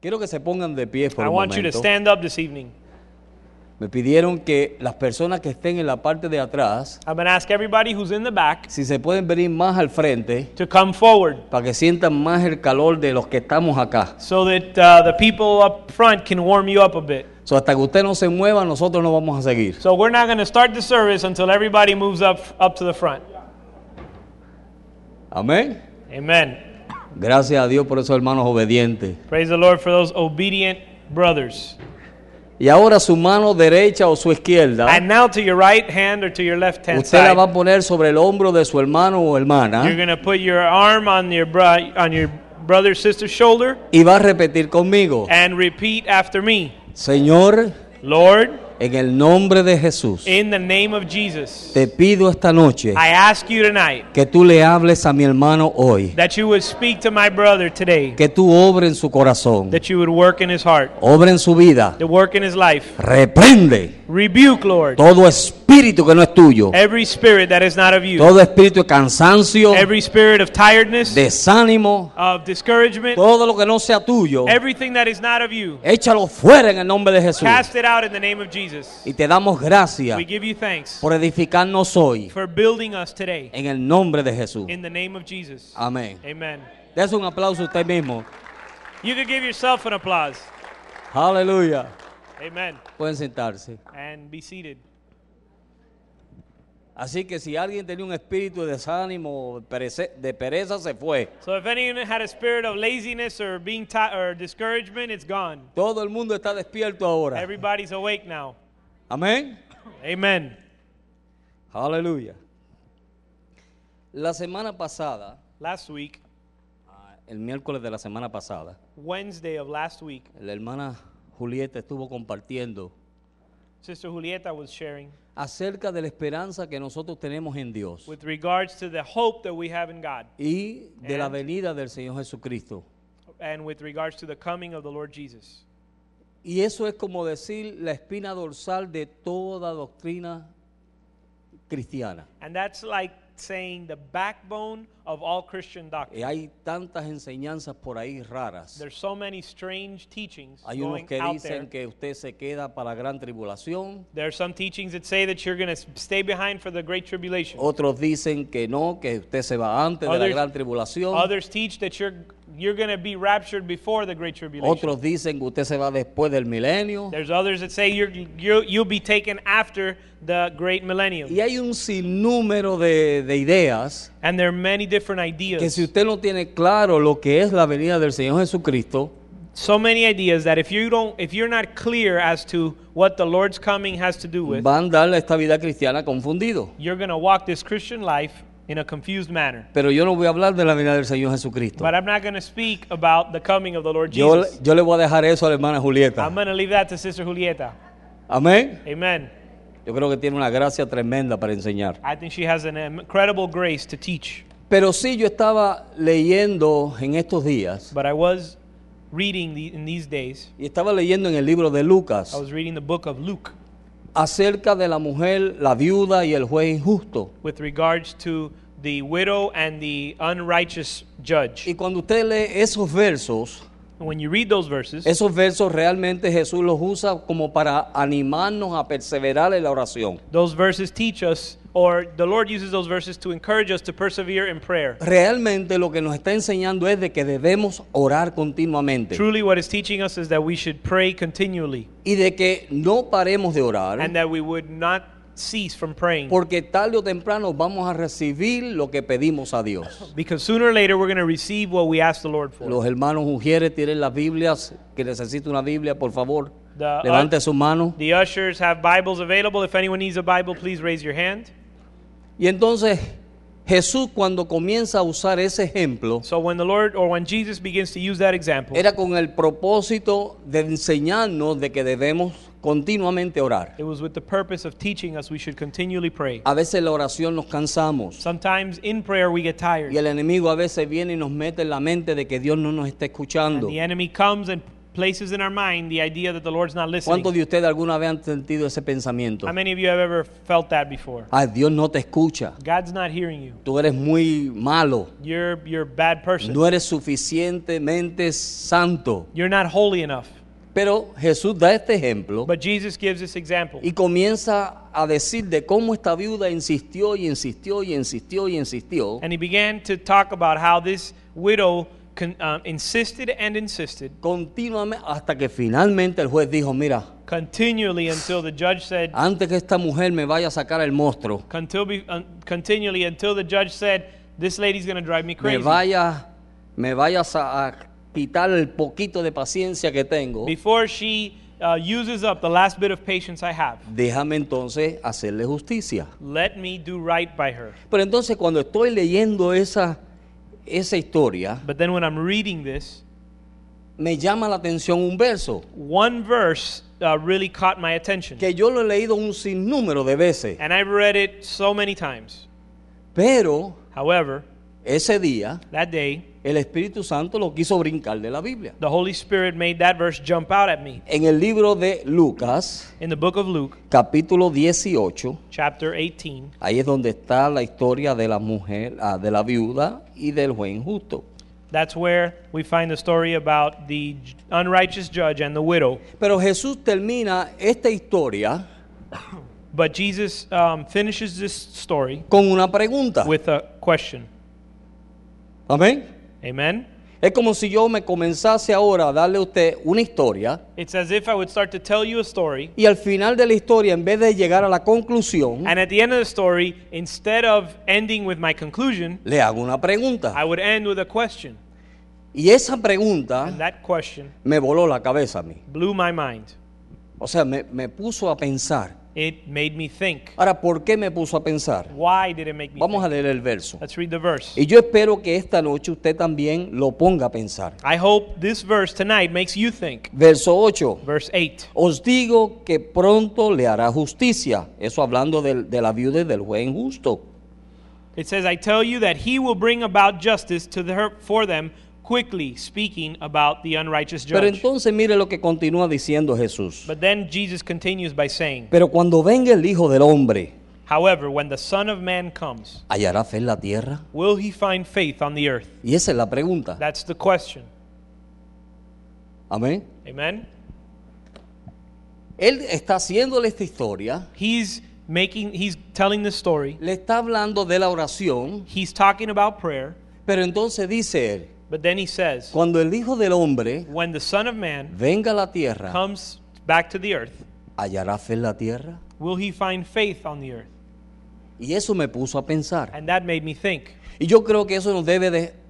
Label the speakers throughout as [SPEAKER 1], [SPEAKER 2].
[SPEAKER 1] Quiero que se pongan de pie por
[SPEAKER 2] I
[SPEAKER 1] un
[SPEAKER 2] want you to
[SPEAKER 1] momento.
[SPEAKER 2] stand up this evening.
[SPEAKER 1] Me pidieron que las personas que estén en la parte de atrás,
[SPEAKER 2] I'm going to ask everybody who's in the back
[SPEAKER 1] si se pueden venir más al frente,
[SPEAKER 2] to come forward
[SPEAKER 1] para que sientan más el calor de los que estamos acá.
[SPEAKER 2] so that uh, the people up front can warm you up a bit.
[SPEAKER 1] So, hasta que usted no se mueva, nosotros no vamos a seguir.
[SPEAKER 2] So we're not going to start the service until everybody moves up up to the front.
[SPEAKER 1] Amén.
[SPEAKER 2] Amen.
[SPEAKER 1] Gracias a Dios por esos hermanos obedientes.
[SPEAKER 2] Praise the Lord for those obedient brothers.
[SPEAKER 1] Y ahora su mano derecha o su izquierda,
[SPEAKER 2] And now to your right hand or to your left hand
[SPEAKER 1] usted la va
[SPEAKER 2] side,
[SPEAKER 1] a poner sobre el hombro de su hermano o
[SPEAKER 2] you're
[SPEAKER 1] hermana
[SPEAKER 2] going to put your arm on your bro- on your brother sister's shoulder
[SPEAKER 1] y va a repetir conmigo,
[SPEAKER 2] and repeat after me.
[SPEAKER 1] Señor,
[SPEAKER 2] Lord,
[SPEAKER 1] en el nombre de Jesús,
[SPEAKER 2] in the name of Jesus,
[SPEAKER 1] te pido esta noche
[SPEAKER 2] I ask you tonight
[SPEAKER 1] que tú le hables a mi hermano hoy,
[SPEAKER 2] that you would speak to my brother today,
[SPEAKER 1] que tú obres en su corazón,
[SPEAKER 2] that you would work in his heart,
[SPEAKER 1] obra en su vida,
[SPEAKER 2] to work in his life.
[SPEAKER 1] reprende
[SPEAKER 2] Rebuke, Lord,
[SPEAKER 1] todo espíritu que no es tuyo,
[SPEAKER 2] every spirit that is not of you,
[SPEAKER 1] todo espíritu de cansancio,
[SPEAKER 2] every spirit of tiredness,
[SPEAKER 1] desánimo,
[SPEAKER 2] of discouragement,
[SPEAKER 1] todo lo que no sea tuyo,
[SPEAKER 2] everything that is not of you.
[SPEAKER 1] échalo fuera en el nombre de Jesús.
[SPEAKER 2] Cast it out in the name of Jesus.
[SPEAKER 1] Y te damos gracias
[SPEAKER 2] We give you thanks
[SPEAKER 1] por edificarnos hoy
[SPEAKER 2] for building us today
[SPEAKER 1] en el nombre de Jesús.
[SPEAKER 2] in the name of Jesus.
[SPEAKER 1] Amén.
[SPEAKER 2] Amen.
[SPEAKER 1] Des un aplauso a usted mismo.
[SPEAKER 2] You could give yourself an applause.
[SPEAKER 1] Aleluya.
[SPEAKER 2] Amen.
[SPEAKER 1] Pueden sentarse.
[SPEAKER 2] And be seated.
[SPEAKER 1] Así que si alguien tenía un espíritu de desánimo, o perece- de pereza, se fue.
[SPEAKER 2] So if anyone had a spirit of laziness or being ti or discouragement, it's gone.
[SPEAKER 1] Todo el mundo está despierto ahora.
[SPEAKER 2] Everybody's awake now.
[SPEAKER 1] Amén.
[SPEAKER 2] Amen.
[SPEAKER 1] Aleluya. La semana pasada,
[SPEAKER 2] Last week,
[SPEAKER 1] ah, el miércoles de la semana pasada,
[SPEAKER 2] Wednesday of last week,
[SPEAKER 1] la hermana Julieta estuvo compartiendo
[SPEAKER 2] Sister Julieta was sharing
[SPEAKER 1] acerca de la esperanza que nosotros tenemos en Dios.
[SPEAKER 2] with regards to the hope that we have in God
[SPEAKER 1] y de la
[SPEAKER 2] And-
[SPEAKER 1] venida del Señor Jesucristo.
[SPEAKER 2] and with regards to the coming of the Lord Jesus.
[SPEAKER 1] Y eso es como decir la espina dorsal de toda doctrina cristiana.
[SPEAKER 2] And that's like saying the backbone of all Christian
[SPEAKER 1] Eh,
[SPEAKER 2] doctrine.
[SPEAKER 1] hay tantas enseñanzas por ahí raras.
[SPEAKER 2] There's so many strange teachings
[SPEAKER 1] Hay unos
[SPEAKER 2] going
[SPEAKER 1] que
[SPEAKER 2] out there.
[SPEAKER 1] dicen que usted se queda para gran tribulación,
[SPEAKER 2] There are some teachings that say that you're going to stay behind for the great tribulation.
[SPEAKER 1] otros dicen que no, que usted se va antes de la
[SPEAKER 2] Others-
[SPEAKER 1] gran tribulación,
[SPEAKER 2] Others teach that you're you're going to be raptured before the great tribulation.
[SPEAKER 1] otros dicen que usted se va después del milenio.
[SPEAKER 2] There's others that say you're, you you'll be taken after the great millennium.
[SPEAKER 1] Y hay un sinnúmero de, de ideas
[SPEAKER 2] And there are many different
[SPEAKER 1] que
[SPEAKER 2] ideas.
[SPEAKER 1] si usted no tiene claro lo que es la venida del Señor Jesucristo,
[SPEAKER 2] so many ideas that if you don't if you're not clear as to what the Lord's coming has to do with,
[SPEAKER 1] va a andar esta vida cristiana confundido.
[SPEAKER 2] you're going to walk this Christian life in a confused manner.
[SPEAKER 1] Pero yo no voy a hablar de la venida del Señor Jesucristo.
[SPEAKER 2] But I'm not going to speak about the coming of the Lord
[SPEAKER 1] Yo, le-
[SPEAKER 2] Jesus.
[SPEAKER 1] yo le voy a dejar eso a la hermana
[SPEAKER 2] I'm
[SPEAKER 1] Julieta.
[SPEAKER 2] going to leave that to Sister Julieta.
[SPEAKER 1] Amén.
[SPEAKER 2] Amen.
[SPEAKER 1] Yo creo que tiene una gracia tremenda para enseñar.
[SPEAKER 2] I think she has an incredible grace to teach.
[SPEAKER 1] Pero sí, yo estaba leyendo en estos días,
[SPEAKER 2] But I was reading the, in these days,
[SPEAKER 1] y estaba leyendo en el libro de
[SPEAKER 2] I
[SPEAKER 1] Lucas,
[SPEAKER 2] was reading the book of Luke
[SPEAKER 1] acerca de la mujer, la viuda y el juez injusto.
[SPEAKER 2] with regards to the widow and the unrighteous judge.
[SPEAKER 1] Y cuando usted lee esos versos,
[SPEAKER 2] When you read those verses,
[SPEAKER 1] esos versos realmente Jesús los usa como para animarnos a perseverar en la oración.
[SPEAKER 2] those verses teach us, or the Lord uses those verses to encourage us to persevere in prayer.
[SPEAKER 1] Realmente lo que nos está enseñando es de que debemos orar continuamente
[SPEAKER 2] Truly, what is teaching us is that we should pray continually
[SPEAKER 1] y de que no paremos de orar
[SPEAKER 2] and that we would not cease from praying.
[SPEAKER 1] porque tarde o temprano vamos a recibir lo que pedimos a Dios.
[SPEAKER 2] Because sooner or later, we're going to receive what we ask the Lord for.
[SPEAKER 1] Los hermanos Ujieres tienen las Biblias, que necesita una Biblia, por favor,
[SPEAKER 2] The-
[SPEAKER 1] levante su mano.
[SPEAKER 2] The ushers have Bibles available. If anyone needs a Bible, please raise your hand.
[SPEAKER 1] Y entonces Jesús cuando comienza a usar ese ejemplo,
[SPEAKER 2] So when the Lord or when Jesus begins to use that example,
[SPEAKER 1] era con el propósito de enseñarnos de que debemos continuamente orar.
[SPEAKER 2] it was with the purpose of teaching us we should continually pray.
[SPEAKER 1] A veces la oración nos cansamos.
[SPEAKER 2] Sometimes in prayer we get tired.
[SPEAKER 1] Y el enemigo a veces viene y nos mete en la mente de que Dios no nos está
[SPEAKER 2] And
[SPEAKER 1] escuchando.
[SPEAKER 2] the enemy comes and places in our mind the idea that the Lord's not listening.
[SPEAKER 1] ¿Cuántos de ustedes alguna vez han sentido ese pensamiento?
[SPEAKER 2] How many of you have ever felt that before?
[SPEAKER 1] Ay, Dios no te escucha.
[SPEAKER 2] God's not hearing you.
[SPEAKER 1] Tú eres muy malo.
[SPEAKER 2] You're you're a bad person.
[SPEAKER 1] No eres suficientemente santo.
[SPEAKER 2] You're not holy enough.
[SPEAKER 1] Pero Jesús da este ejemplo
[SPEAKER 2] But Jesus gives this example.
[SPEAKER 1] y comienza a decir de cómo esta viuda insistió y insistió y insistió y insistió.
[SPEAKER 2] And he began to talk about how this widow con, um, insisted and insisted
[SPEAKER 1] continuamente hasta que finalmente el juez dijo, mira,
[SPEAKER 2] continually until the judge said,
[SPEAKER 1] antes que esta mujer me vaya a sacar el monstruo,
[SPEAKER 2] until be, un, continually until the judge said, this lady's going to drive
[SPEAKER 1] me
[SPEAKER 2] me crazy.
[SPEAKER 1] vaya, me vayas a, a quitar el poquito de paciencia que tengo,
[SPEAKER 2] Before she uh, uses up the last bit of patience I have,
[SPEAKER 1] déjame entonces hacerle justicia.
[SPEAKER 2] let me do right by her.
[SPEAKER 1] Pero entonces cuando estoy leyendo esa, esa historia,
[SPEAKER 2] But then when I'm reading this,
[SPEAKER 1] me llama la atención un verso
[SPEAKER 2] one verse uh, really caught my attention.
[SPEAKER 1] que yo lo he leído un sinnúmero de veces,
[SPEAKER 2] And I've read it so many times.
[SPEAKER 1] pero
[SPEAKER 2] However,
[SPEAKER 1] ese día
[SPEAKER 2] that day,
[SPEAKER 1] el Espíritu Santo lo quiso brincar de la Biblia.
[SPEAKER 2] the Holy Spirit made that verse jump out at me.
[SPEAKER 1] En el libro de Lucas,
[SPEAKER 2] In the book of Luke,
[SPEAKER 1] capítulo 18,
[SPEAKER 2] chapter 18,
[SPEAKER 1] ahí es donde está la historia de la mujer, ah, de la viuda y del juez injusto.
[SPEAKER 2] that's where we find the story about the j- unrighteous judge and the widow.
[SPEAKER 1] Pero Jesús termina esta historia
[SPEAKER 2] But Jesus um, finishes this story
[SPEAKER 1] con una pregunta.
[SPEAKER 2] with a question.
[SPEAKER 1] Amén.
[SPEAKER 2] Amen?
[SPEAKER 1] Es como si yo me comenzase ahora a darle a usted una historia
[SPEAKER 2] It's as if I would start to tell you a story,
[SPEAKER 1] y al final de la historia, en vez de llegar a la conclusión,
[SPEAKER 2] and at the end of the story, instead of ending with my conclusion,
[SPEAKER 1] le hago una pregunta.
[SPEAKER 2] I would end with a question.
[SPEAKER 1] Y esa pregunta
[SPEAKER 2] And that question
[SPEAKER 1] me voló la cabeza a mí.
[SPEAKER 2] blew my mind.
[SPEAKER 1] O sea, me, me puso a pensar.
[SPEAKER 2] It made me think.
[SPEAKER 1] Ahora, ¿por qué me puso a pensar?
[SPEAKER 2] Why did it make me
[SPEAKER 1] Vamos a
[SPEAKER 2] think?
[SPEAKER 1] leer el verso.
[SPEAKER 2] Let's read the verse.
[SPEAKER 1] Y yo espero que esta noche usted también lo ponga a pensar.
[SPEAKER 2] I hope this verse tonight makes you think.
[SPEAKER 1] Verso 8.
[SPEAKER 2] Verse 8.
[SPEAKER 1] Os digo que pronto le hará justicia. Eso hablando del- de, la viuda y del juez injusto.
[SPEAKER 2] It says, I tell you that he will bring about justice to the, her- for them quickly, speaking about the unrighteous
[SPEAKER 1] Pero
[SPEAKER 2] judge.
[SPEAKER 1] entonces mire lo que continúa diciendo Jesús.
[SPEAKER 2] But then Jesus continues by saying,
[SPEAKER 1] Pero cuando venga el Hijo del Hombre,
[SPEAKER 2] However, when the Son of Man comes,
[SPEAKER 1] ¿hallará fe en la tierra?
[SPEAKER 2] will he find faith on the earth?
[SPEAKER 1] Y esa es la pregunta.
[SPEAKER 2] That's the question.
[SPEAKER 1] Amén.
[SPEAKER 2] Amen?
[SPEAKER 1] Él está haciéndole esta historia.
[SPEAKER 2] He's making, he's telling the story.
[SPEAKER 1] Le está hablando de la oración.
[SPEAKER 2] He's talking about prayer.
[SPEAKER 1] Pero entonces dice él,
[SPEAKER 2] But then he says,
[SPEAKER 1] cuando el Hijo del Hombre
[SPEAKER 2] When the Son of Man
[SPEAKER 1] venga a la tierra,
[SPEAKER 2] comes back to the earth,
[SPEAKER 1] ¿hallará fe en la tierra?
[SPEAKER 2] will he find faith on the earth?
[SPEAKER 1] Y eso me puso a pensar.
[SPEAKER 2] And that made me think.
[SPEAKER 1] Y yo creo que eso nos debe de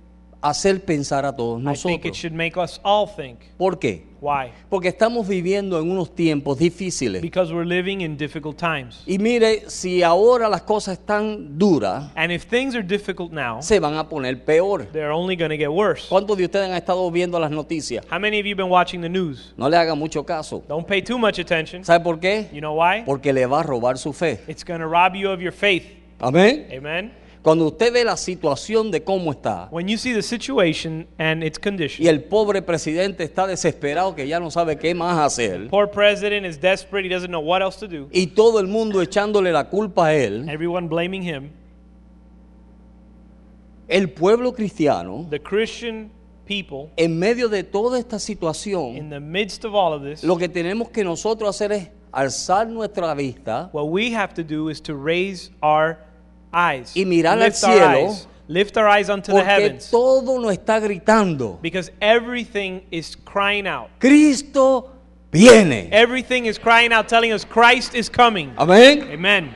[SPEAKER 1] hacer pensar a todos
[SPEAKER 2] I think it
[SPEAKER 1] nosotros.
[SPEAKER 2] should make us all think.
[SPEAKER 1] ¿Por qué?
[SPEAKER 2] Why?
[SPEAKER 1] Porque estamos viviendo en unos tiempos difíciles.
[SPEAKER 2] Because we're living in difficult times.
[SPEAKER 1] Y mire, si ahora las cosas están duras,
[SPEAKER 2] And if things are difficult now,
[SPEAKER 1] se van a poner peor.
[SPEAKER 2] they're only going to get worse.
[SPEAKER 1] ¿Cuántos de ustedes han estado viendo las noticias?
[SPEAKER 2] How many of you been watching the news?
[SPEAKER 1] No le haga mucho caso.
[SPEAKER 2] Don't pay too much attention.
[SPEAKER 1] ¿Sabe por qué?
[SPEAKER 2] You know why?
[SPEAKER 1] Porque le va a robar su fe.
[SPEAKER 2] It's going to rob you of your faith.
[SPEAKER 1] Amén.
[SPEAKER 2] Amen.
[SPEAKER 1] Cuando usted ve la situación de cómo está
[SPEAKER 2] When you see the situation and its
[SPEAKER 1] y
[SPEAKER 2] condition,
[SPEAKER 1] el pobre presidente está desesperado que ya no sabe qué más hacer.
[SPEAKER 2] poor president is desperate, he doesn't know what else to do.
[SPEAKER 1] y todo el mundo echándole la culpa a él,
[SPEAKER 2] Everyone blaming him.
[SPEAKER 1] el pueblo cristiano,
[SPEAKER 2] The Christian people
[SPEAKER 1] en medio de toda esta
[SPEAKER 2] in
[SPEAKER 1] situación,
[SPEAKER 2] the midst of all of this,
[SPEAKER 1] lo que tenemos que nosotros hacer es alzar nuestra vista
[SPEAKER 2] what we have to do is to raise our eyes.
[SPEAKER 1] Y mirar al
[SPEAKER 2] lift
[SPEAKER 1] cielo.
[SPEAKER 2] our eyes. Lift our eyes unto the
[SPEAKER 1] porque
[SPEAKER 2] heavens.
[SPEAKER 1] todo nos está gritando,
[SPEAKER 2] Because everything is crying out.
[SPEAKER 1] Cristo viene.
[SPEAKER 2] Everything is crying out, telling us Christ is coming.
[SPEAKER 1] Amén.
[SPEAKER 2] Amen.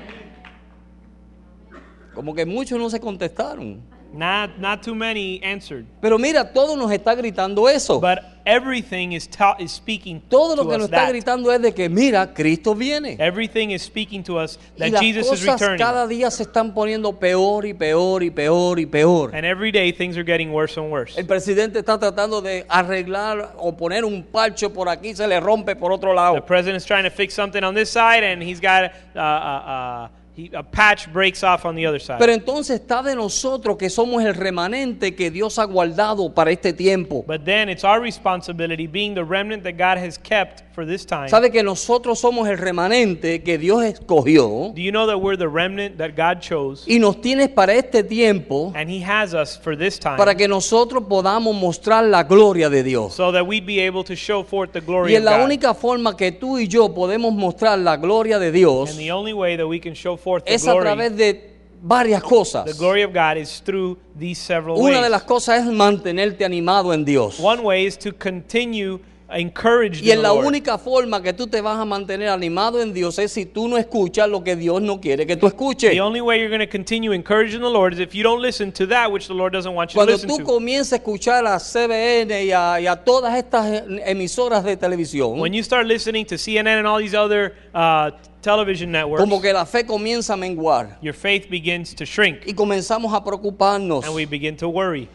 [SPEAKER 1] Como que muchos no se contestaron.
[SPEAKER 2] Not, not too many answered.
[SPEAKER 1] Pero mira, todo nos está gritando eso.
[SPEAKER 2] But everything is, ta- is speaking
[SPEAKER 1] Todo lo
[SPEAKER 2] to
[SPEAKER 1] que nos
[SPEAKER 2] us
[SPEAKER 1] está
[SPEAKER 2] that.
[SPEAKER 1] gritando es de que, mira, Cristo viene.
[SPEAKER 2] Everything is speaking to us
[SPEAKER 1] Y
[SPEAKER 2] that
[SPEAKER 1] las
[SPEAKER 2] Jesus is
[SPEAKER 1] cosas
[SPEAKER 2] returning.
[SPEAKER 1] cada día se están poniendo peor y peor y peor y peor.
[SPEAKER 2] And every day things are getting worse and worse.
[SPEAKER 1] El presidente está tratando de arreglar o poner un parcho por aquí, se le rompe por otro
[SPEAKER 2] The
[SPEAKER 1] lado.
[SPEAKER 2] president's trying to fix something on this side, and he's got uh, uh, uh, He, a patch breaks off on the other side.
[SPEAKER 1] Pero entonces está de nosotros que somos el remanente que Dios ha guardado para este tiempo.
[SPEAKER 2] but then it's our responsibility, being the remnant that God has kept for this time.
[SPEAKER 1] ¿Sabe que nosotros somos el remanente que Dios escogió
[SPEAKER 2] Do you know that we're the remnant that God chose?
[SPEAKER 1] y nos tienes para este tiempo
[SPEAKER 2] And He has us for this time
[SPEAKER 1] para que nosotros podamos mostrar la gloria de Dios?
[SPEAKER 2] so that we'd be able to show forth the glory
[SPEAKER 1] Y es
[SPEAKER 2] of
[SPEAKER 1] la
[SPEAKER 2] God.
[SPEAKER 1] única forma que tú y yo podemos mostrar la gloria de Dios
[SPEAKER 2] and the only way that we can show forth the
[SPEAKER 1] es a
[SPEAKER 2] glory,
[SPEAKER 1] través de varias
[SPEAKER 2] the
[SPEAKER 1] cosas.
[SPEAKER 2] glory of God is through these several
[SPEAKER 1] Una
[SPEAKER 2] ways.
[SPEAKER 1] de las cosas es mantenerte animado en Dios.
[SPEAKER 2] One way is to continue encouraged
[SPEAKER 1] Y
[SPEAKER 2] in
[SPEAKER 1] es
[SPEAKER 2] the
[SPEAKER 1] la
[SPEAKER 2] Lord.
[SPEAKER 1] única forma que tú te vas a mantener animado en Dios es si tú no escuchas lo que Dios no quiere que tú escuches.
[SPEAKER 2] The only way you're going to continue encouraging the Lord is if you don't listen to that which the Lord doesn't want you to
[SPEAKER 1] Cuando
[SPEAKER 2] listen
[SPEAKER 1] tú
[SPEAKER 2] to.
[SPEAKER 1] comienzas a escuchar a CBN y a, y a todas estas eh, emisoras de televisión,
[SPEAKER 2] When you start listening to CNN and all these other uh, television networks,
[SPEAKER 1] como que la fe comienza a menguar
[SPEAKER 2] your faith begins to shrink
[SPEAKER 1] y comenzamos a preocuparnos.
[SPEAKER 2] and we begin to worry.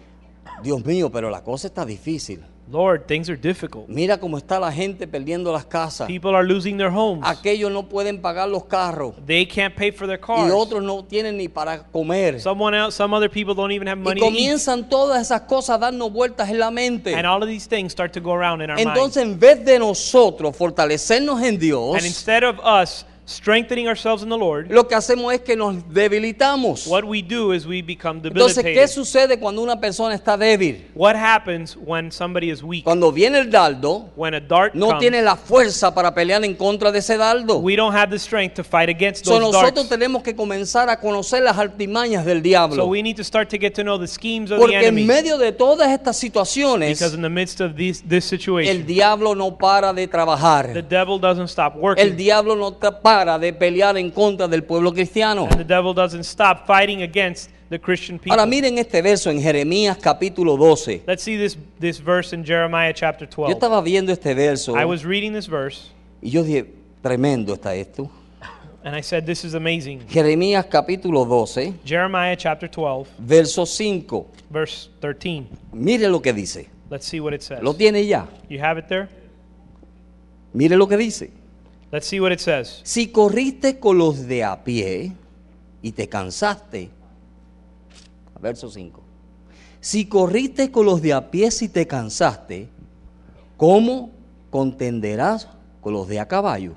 [SPEAKER 1] Dios mío, pero la cosa está difícil.
[SPEAKER 2] Lord, things are difficult.
[SPEAKER 1] Mira cómo está la gente perdiendo las casas.
[SPEAKER 2] People are losing their homes.
[SPEAKER 1] Aquellos no pueden pagar los carros
[SPEAKER 2] They can't pay for their
[SPEAKER 1] y
[SPEAKER 2] cars.
[SPEAKER 1] otros no tienen ni para comer.
[SPEAKER 2] Someone else, some other people don't even have
[SPEAKER 1] Y
[SPEAKER 2] money to eat.
[SPEAKER 1] comienzan todas esas cosas a darnos vueltas en la mente.
[SPEAKER 2] And all of these things start to go around in our minds.
[SPEAKER 1] Entonces, en vez de nosotros fortalecernos en
[SPEAKER 2] And
[SPEAKER 1] Dios,
[SPEAKER 2] instead of us strengthening ourselves in the Lord,
[SPEAKER 1] lo que hacemos es que nos debilitamos.
[SPEAKER 2] what we do is we become
[SPEAKER 1] Entonces, ¿qué
[SPEAKER 2] debilitated.
[SPEAKER 1] sucede cuando una persona está débil?
[SPEAKER 2] What happens when somebody is weak?
[SPEAKER 1] Cuando viene el dardo,
[SPEAKER 2] When a dart
[SPEAKER 1] no
[SPEAKER 2] comes,
[SPEAKER 1] tiene la fuerza para pelear en contra de ese dardo.
[SPEAKER 2] we don't have the strength to fight against
[SPEAKER 1] So,
[SPEAKER 2] those
[SPEAKER 1] nosotros
[SPEAKER 2] darts.
[SPEAKER 1] tenemos que comenzar a conocer las artimañas del
[SPEAKER 2] So
[SPEAKER 1] diablo.
[SPEAKER 2] we need to start to get to know the schemes of the
[SPEAKER 1] Porque en
[SPEAKER 2] enemy.
[SPEAKER 1] medio de todas estas
[SPEAKER 2] Because
[SPEAKER 1] situaciones,
[SPEAKER 2] in the midst of this, this
[SPEAKER 1] el
[SPEAKER 2] situation,
[SPEAKER 1] diablo no para de
[SPEAKER 2] the
[SPEAKER 1] trabajar.
[SPEAKER 2] devil doesn't stop
[SPEAKER 1] El
[SPEAKER 2] working.
[SPEAKER 1] diablo no tra- para de pelear en contra del pueblo cristiano.
[SPEAKER 2] And the devil doesn't stop fighting against the Christian
[SPEAKER 1] Ahora
[SPEAKER 2] people.
[SPEAKER 1] miren este verso en Jeremías capítulo 12.
[SPEAKER 2] Let's see this, this verse in Jeremiah chapter
[SPEAKER 1] Yo
[SPEAKER 2] 12.
[SPEAKER 1] estaba viendo este verso
[SPEAKER 2] I was reading this verse,
[SPEAKER 1] y yo dije, tremendo está esto.
[SPEAKER 2] and I said, This is amazing.
[SPEAKER 1] Jeremías capítulo 12,
[SPEAKER 2] Jeremiah chapter 12,
[SPEAKER 1] verso 5.
[SPEAKER 2] verse 13.
[SPEAKER 1] Mire lo que dice.
[SPEAKER 2] Let's see what it says.
[SPEAKER 1] Lo tiene ya.
[SPEAKER 2] You have it there?
[SPEAKER 1] Mire lo que dice.
[SPEAKER 2] Let's see what it says.
[SPEAKER 1] Si corriste con los de a pie y te cansaste. Verso 5. Si corriste con los de a pie y te cansaste, ¿cómo contenderás con los de a caballo?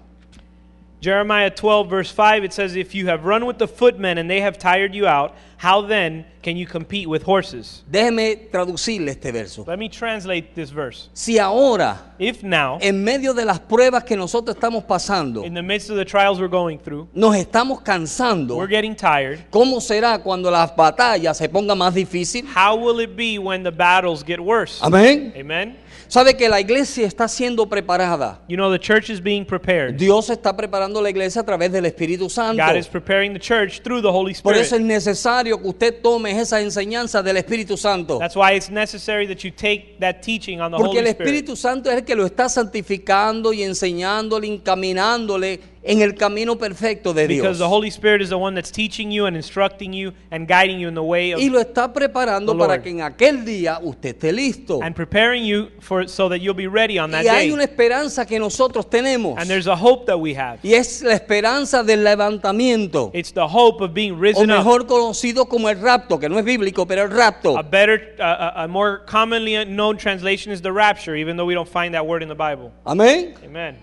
[SPEAKER 2] Jeremiah 12, verse 5, it says, If you have run with the footmen and they have tired you out, how then can you compete with horses?
[SPEAKER 1] Déjeme traducirle este verso.
[SPEAKER 2] Let me translate this verse.
[SPEAKER 1] Si ahora
[SPEAKER 2] If now,
[SPEAKER 1] en medio de las pruebas que nosotros estamos pasando,
[SPEAKER 2] in the midst of the trials we're going through,
[SPEAKER 1] nos estamos cansando.
[SPEAKER 2] we're getting tired,
[SPEAKER 1] ¿Cómo será cuando las batallas se pongan más difícil?
[SPEAKER 2] how will it be when the battles get worse?
[SPEAKER 1] Amén.
[SPEAKER 2] Amen?
[SPEAKER 1] Sabe que la iglesia está siendo preparada.
[SPEAKER 2] You know, the church is being prepared.
[SPEAKER 1] Dios está preparando la iglesia a través del Espíritu Santo.
[SPEAKER 2] God is preparing the church through the Holy
[SPEAKER 1] Por eso es
[SPEAKER 2] Spirit.
[SPEAKER 1] necesario que usted tome esa enseñanza del Espíritu Santo.
[SPEAKER 2] That's why it's necessary that you take that teaching on the
[SPEAKER 1] Porque el
[SPEAKER 2] Holy Spirit.
[SPEAKER 1] Espíritu Santo es el que lo está santificando y enseñándole, encaminándole en el camino perfecto de Dios.
[SPEAKER 2] Because the Holy Spirit is the one that's teaching you and instructing you and guiding you in the way of
[SPEAKER 1] Y lo está preparando
[SPEAKER 2] The
[SPEAKER 1] para
[SPEAKER 2] Lord.
[SPEAKER 1] que en aquel día usted esté listo.
[SPEAKER 2] and preparing you for so that you'll be ready on that
[SPEAKER 1] Y hay una
[SPEAKER 2] day.
[SPEAKER 1] esperanza que nosotros tenemos.
[SPEAKER 2] And there's a hope that we have.
[SPEAKER 1] Y es la esperanza del levantamiento.
[SPEAKER 2] It's the hope of being
[SPEAKER 1] O
[SPEAKER 2] risen up.
[SPEAKER 1] mejor conocido como el rapto, que no es bíblico, pero el rapto.
[SPEAKER 2] A better, uh, a- a more commonly known translation is the rapture, even though we don't find that word in the Bible.
[SPEAKER 1] Amén.
[SPEAKER 2] Amen.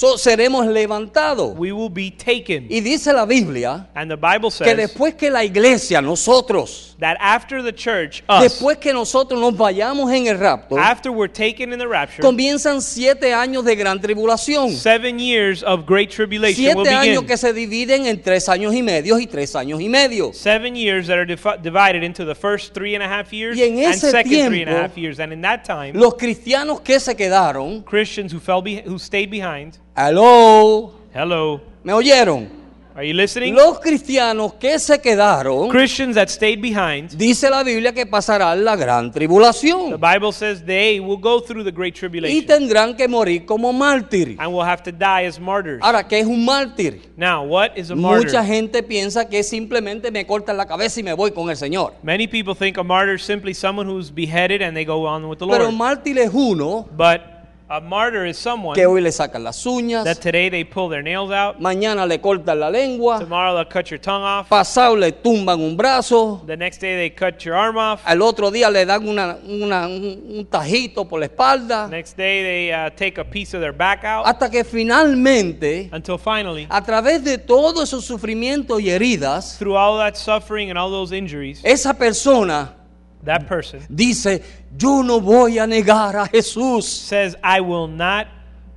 [SPEAKER 1] So, seremos levantados.
[SPEAKER 2] We will be taken.
[SPEAKER 1] Y dice la Biblia
[SPEAKER 2] And the Bible
[SPEAKER 1] que
[SPEAKER 2] says
[SPEAKER 1] después que la iglesia, nosotros,
[SPEAKER 2] that after the church, us,
[SPEAKER 1] después que nosotros nos vayamos en el rapto,
[SPEAKER 2] after we're taken in the rapture,
[SPEAKER 1] comienzan siete años de gran tribulación.
[SPEAKER 2] seven years of great tribulation will
[SPEAKER 1] Siete años
[SPEAKER 2] begin.
[SPEAKER 1] que se dividen en tres años y medio y tres años y medio.
[SPEAKER 2] Seven years that are defi- divided into the first three and a half years
[SPEAKER 1] Y en
[SPEAKER 2] and
[SPEAKER 1] ese
[SPEAKER 2] second three and a
[SPEAKER 1] tiempo,
[SPEAKER 2] half years. And in that time,
[SPEAKER 1] Los cristianos que se quedaron,
[SPEAKER 2] Christians who fell be- who stayed behind.
[SPEAKER 1] aló,
[SPEAKER 2] Hello.
[SPEAKER 1] ¿me oyeron?
[SPEAKER 2] Are you listening?
[SPEAKER 1] Los cristianos que se quedaron,
[SPEAKER 2] Christians that stayed behind.
[SPEAKER 1] dice la Biblia que pasarán la gran
[SPEAKER 2] The
[SPEAKER 1] tribulación
[SPEAKER 2] Bible says they will go through the great
[SPEAKER 1] y
[SPEAKER 2] tribulation
[SPEAKER 1] tendrán que morir como mártir.
[SPEAKER 2] and will have to die as martyrs.
[SPEAKER 1] Ahora, ¿qué es un mártir?
[SPEAKER 2] Now, what is a
[SPEAKER 1] Mucha
[SPEAKER 2] martyr?
[SPEAKER 1] gente piensa que simplemente me cortan la cabeza y me voy con el Señor.
[SPEAKER 2] Many people think a martyr is simply someone who's beheaded and they go on with the
[SPEAKER 1] Pero
[SPEAKER 2] Lord.
[SPEAKER 1] mártir es uno
[SPEAKER 2] But A martyr is someone
[SPEAKER 1] que hoy le sacan las uñas,
[SPEAKER 2] that today they pull their nails out,
[SPEAKER 1] mañana le cortan la lengua,
[SPEAKER 2] tomorrow they'll cut your tongue off,
[SPEAKER 1] pasado le tumban un brazo,
[SPEAKER 2] the next day they cut your arm off,
[SPEAKER 1] al otro día le dan una- una- un, un tajito por la espalda,
[SPEAKER 2] next day they uh, take a piece of their back out,
[SPEAKER 1] hasta que finalmente,
[SPEAKER 2] until finally,
[SPEAKER 1] a través de todos esos sufrimientos y heridas,
[SPEAKER 2] through all that suffering and all those injuries,
[SPEAKER 1] esa persona
[SPEAKER 2] that person
[SPEAKER 1] dice, yo no voy a negar a Jesús,
[SPEAKER 2] says, I will not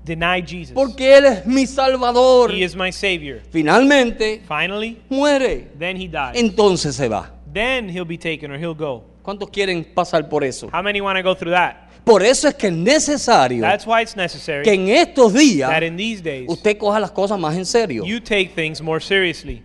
[SPEAKER 2] deny Jesus.
[SPEAKER 1] porque Él es mi Salvador.
[SPEAKER 2] He is my Savior.
[SPEAKER 1] Finalmente,
[SPEAKER 2] Finally,
[SPEAKER 1] muere.
[SPEAKER 2] then he dies.
[SPEAKER 1] Entonces se va.
[SPEAKER 2] then he'll be taken or he'll go.
[SPEAKER 1] ¿Cuántos quieren pasar por eso?
[SPEAKER 2] How many want to go through that?
[SPEAKER 1] Por eso es que es necesario
[SPEAKER 2] That's why it's necessary
[SPEAKER 1] que en estos días
[SPEAKER 2] that in these days
[SPEAKER 1] usted coja las cosas más en serio.
[SPEAKER 2] you take things more seriously.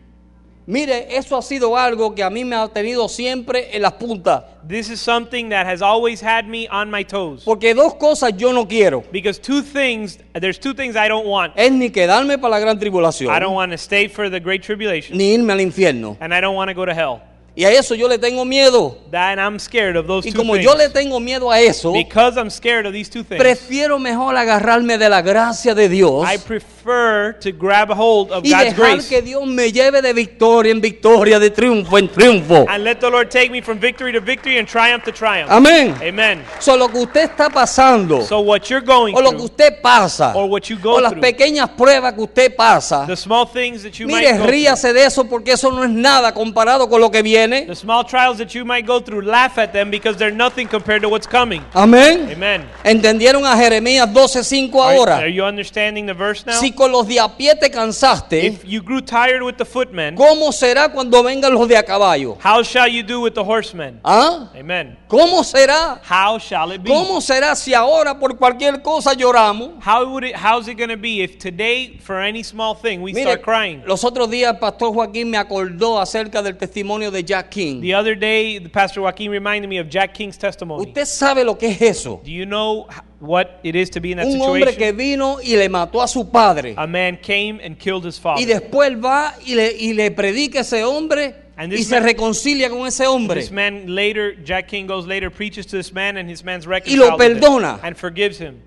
[SPEAKER 1] Mire, eso ha sido algo que a mí me ha tenido siempre en las puntas.
[SPEAKER 2] This is something that has always had me on my toes.
[SPEAKER 1] Porque dos cosas yo no quiero.
[SPEAKER 2] Because two things, there's two things I don't want.
[SPEAKER 1] Es ni quedarme para la gran tribulación,
[SPEAKER 2] I don't want to stay for the great tribulation,
[SPEAKER 1] ni irme al infierno.
[SPEAKER 2] and I don't want to go to hell.
[SPEAKER 1] Y a eso yo le tengo miedo.
[SPEAKER 2] That and I'm scared of those
[SPEAKER 1] Y
[SPEAKER 2] two
[SPEAKER 1] como yo le
[SPEAKER 2] things.
[SPEAKER 1] tengo miedo a eso,
[SPEAKER 2] Because I'm scared of these two things,
[SPEAKER 1] prefiero mejor agarrarme de la gracia de Dios
[SPEAKER 2] I prefer to grab hold of
[SPEAKER 1] y
[SPEAKER 2] God's
[SPEAKER 1] dejar
[SPEAKER 2] grace
[SPEAKER 1] que Dios me lleve de victoria en victoria, de triunfo en triunfo.
[SPEAKER 2] and let the Lord take me from victory to victory and triumph to triumph.
[SPEAKER 1] Amén.
[SPEAKER 2] Amen.
[SPEAKER 1] So, lo que usted está pasando,
[SPEAKER 2] So what you're going
[SPEAKER 1] o lo que
[SPEAKER 2] through,
[SPEAKER 1] usted pasa,
[SPEAKER 2] or what you go
[SPEAKER 1] o las
[SPEAKER 2] through.
[SPEAKER 1] pequeñas pruebas que usted pasa,
[SPEAKER 2] the small things that you
[SPEAKER 1] mire,
[SPEAKER 2] might go through,
[SPEAKER 1] ríase de eso porque eso no es nada comparado con lo que viene.
[SPEAKER 2] the small trials that you might go through, laugh at them because they're nothing compared to what's coming.
[SPEAKER 1] Amén.
[SPEAKER 2] Amen.
[SPEAKER 1] ¿Entendieron a Jeremías 12:5
[SPEAKER 2] Are,
[SPEAKER 1] ahora?
[SPEAKER 2] are you understanding the verse now?
[SPEAKER 1] Si con los de a pie te cansaste,
[SPEAKER 2] If you grew tired with the footmen,
[SPEAKER 1] ¿cómo será cuando vengan los de a caballo?
[SPEAKER 2] how shall you do with the horsemen?
[SPEAKER 1] ¿Ah?
[SPEAKER 2] Amen.
[SPEAKER 1] ¿Cómo será?
[SPEAKER 2] How shall it be?
[SPEAKER 1] ¿Cómo será si ahora por cualquier cosa lloramos?
[SPEAKER 2] How would it? How's it going to be if today, for any small thing, we
[SPEAKER 1] Mire,
[SPEAKER 2] start crying?
[SPEAKER 1] los otros días el pastor Joaquín me acordó acerca del testimonio de Jack King.
[SPEAKER 2] The other day, the Pastor Joaquin reminded me of Jack King's testimony.
[SPEAKER 1] ¿Usted sabe lo que es eso?
[SPEAKER 2] Do you know h- what it is to be in that
[SPEAKER 1] Un hombre que
[SPEAKER 2] situation?
[SPEAKER 1] vino y le mató a su padre.
[SPEAKER 2] A man came and killed his
[SPEAKER 1] Y
[SPEAKER 2] father.
[SPEAKER 1] después él va y le, y le predica a ese hombre
[SPEAKER 2] And
[SPEAKER 1] y
[SPEAKER 2] this
[SPEAKER 1] se
[SPEAKER 2] man-
[SPEAKER 1] reconcilia con ese hombre.
[SPEAKER 2] This man later, Jack King goes later, preaches to this man, and his man's
[SPEAKER 1] lo
[SPEAKER 2] reconciled with him
[SPEAKER 1] perdona.
[SPEAKER 2] and forgives him.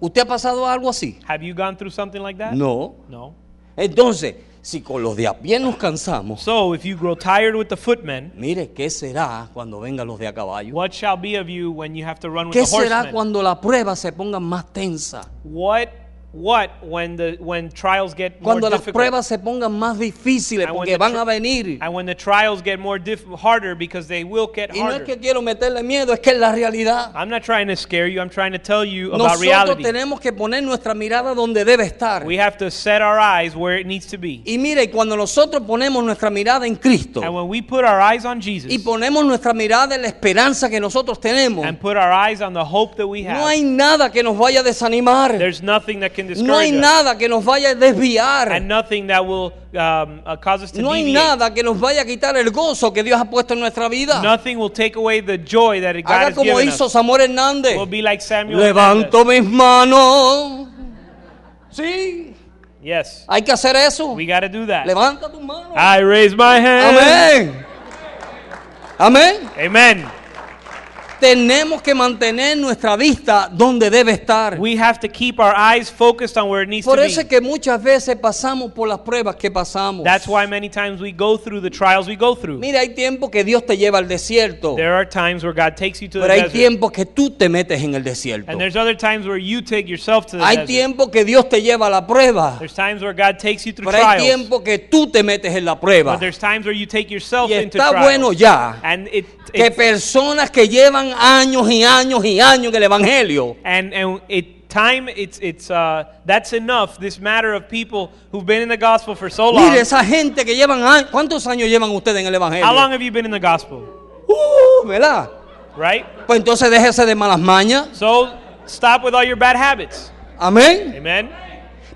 [SPEAKER 1] ¿Usted ha pasado algo así?
[SPEAKER 2] Have you gone through something like that?
[SPEAKER 1] No.
[SPEAKER 2] No.
[SPEAKER 1] Entonces, si con los de a pie nos cansamos,
[SPEAKER 2] So if you grow tired with the footmen,
[SPEAKER 1] mire, ¿qué será cuando vengan los de a caballo?
[SPEAKER 2] what shall be of you when you have to run with
[SPEAKER 1] ¿Qué
[SPEAKER 2] the
[SPEAKER 1] será
[SPEAKER 2] horsemen?
[SPEAKER 1] cuando la prueba se ponga más tensa?
[SPEAKER 2] What what when the when trials get more
[SPEAKER 1] Cuando las
[SPEAKER 2] difficult?
[SPEAKER 1] pruebas se pongan más difíciles
[SPEAKER 2] And when
[SPEAKER 1] porque
[SPEAKER 2] the
[SPEAKER 1] van
[SPEAKER 2] tr-
[SPEAKER 1] a venir.
[SPEAKER 2] and when the trials get more diff- harder because they will get
[SPEAKER 1] Y no
[SPEAKER 2] harder.
[SPEAKER 1] es que quiero meterle miedo, es que es la realidad.
[SPEAKER 2] I'm not trying to scare you. I'm trying to tell you about
[SPEAKER 1] Nosotros
[SPEAKER 2] reality.
[SPEAKER 1] tenemos que poner nuestra mirada donde debe estar.
[SPEAKER 2] We have to set our eyes where it needs to be.
[SPEAKER 1] Y mire, cuando nosotros ponemos nuestra mirada en Cristo
[SPEAKER 2] And when we put our eyes on Jesus
[SPEAKER 1] y ponemos nuestra mirada en la esperanza que nosotros tenemos,
[SPEAKER 2] and put our eyes on the hope that we have,
[SPEAKER 1] no hay nada que nos vaya a desanimar,
[SPEAKER 2] there's nothing that can discourage
[SPEAKER 1] no hay
[SPEAKER 2] us
[SPEAKER 1] nada que nos vaya a
[SPEAKER 2] and
[SPEAKER 1] desviar,
[SPEAKER 2] nothing that will um, uh, cause us to
[SPEAKER 1] no hay
[SPEAKER 2] deviate.
[SPEAKER 1] nada que nos vaya a quitar el gozo que Dios ha puesto en nuestra vida.
[SPEAKER 2] Nothing will take away the joy that God
[SPEAKER 1] Haga
[SPEAKER 2] has
[SPEAKER 1] como
[SPEAKER 2] given
[SPEAKER 1] hizo
[SPEAKER 2] us.
[SPEAKER 1] Samuel Hernández.
[SPEAKER 2] We'll be like Samuel.
[SPEAKER 1] Levanto mis manos. Sí,
[SPEAKER 2] Hernandez. Yes,
[SPEAKER 1] hay que hacer eso.
[SPEAKER 2] we got to do that.
[SPEAKER 1] Levanta tus manos.
[SPEAKER 2] I raise my hand.
[SPEAKER 1] Amén. Amén.
[SPEAKER 2] Amen.
[SPEAKER 1] Tenemos que mantener nuestra vista donde debe estar.
[SPEAKER 2] We have to keep our eyes focused on where it needs
[SPEAKER 1] Por
[SPEAKER 2] to
[SPEAKER 1] eso es
[SPEAKER 2] be.
[SPEAKER 1] que muchas veces pasamos por las pruebas que pasamos.
[SPEAKER 2] That's why many times we go through the trials we go through.
[SPEAKER 1] Mira, hay tiempos que Dios te lleva al desierto,
[SPEAKER 2] There are times where God takes you to the
[SPEAKER 1] pero hay
[SPEAKER 2] desert.
[SPEAKER 1] tiempos que tú te metes en el desierto.
[SPEAKER 2] And there's other times where you take yourself to the
[SPEAKER 1] Hay
[SPEAKER 2] desert.
[SPEAKER 1] tiempos que Dios te lleva a la prueba,
[SPEAKER 2] There's times where God takes you through
[SPEAKER 1] pero hay
[SPEAKER 2] trials.
[SPEAKER 1] tiempos que tú te metes en la prueba.
[SPEAKER 2] But there's times where you take yourself
[SPEAKER 1] Y
[SPEAKER 2] into
[SPEAKER 1] está
[SPEAKER 2] trials.
[SPEAKER 1] bueno ya
[SPEAKER 2] And it,
[SPEAKER 1] que
[SPEAKER 2] it
[SPEAKER 1] personas que llevan años y años y años en el evangelio
[SPEAKER 2] and and it time it's it's uh that's enough. This matter of people who've been in the gospel for so long.
[SPEAKER 1] Mire, esa gente que llevan años. ¿Cuántos años llevan ustedes en el Evangelio?
[SPEAKER 2] How long have you been in the gospel?
[SPEAKER 1] Uh, ¿Verdad?
[SPEAKER 2] Right?
[SPEAKER 1] Pues entonces déjese de malas mañas.
[SPEAKER 2] So stop with all your bad habits.
[SPEAKER 1] Amén.
[SPEAKER 2] Amen.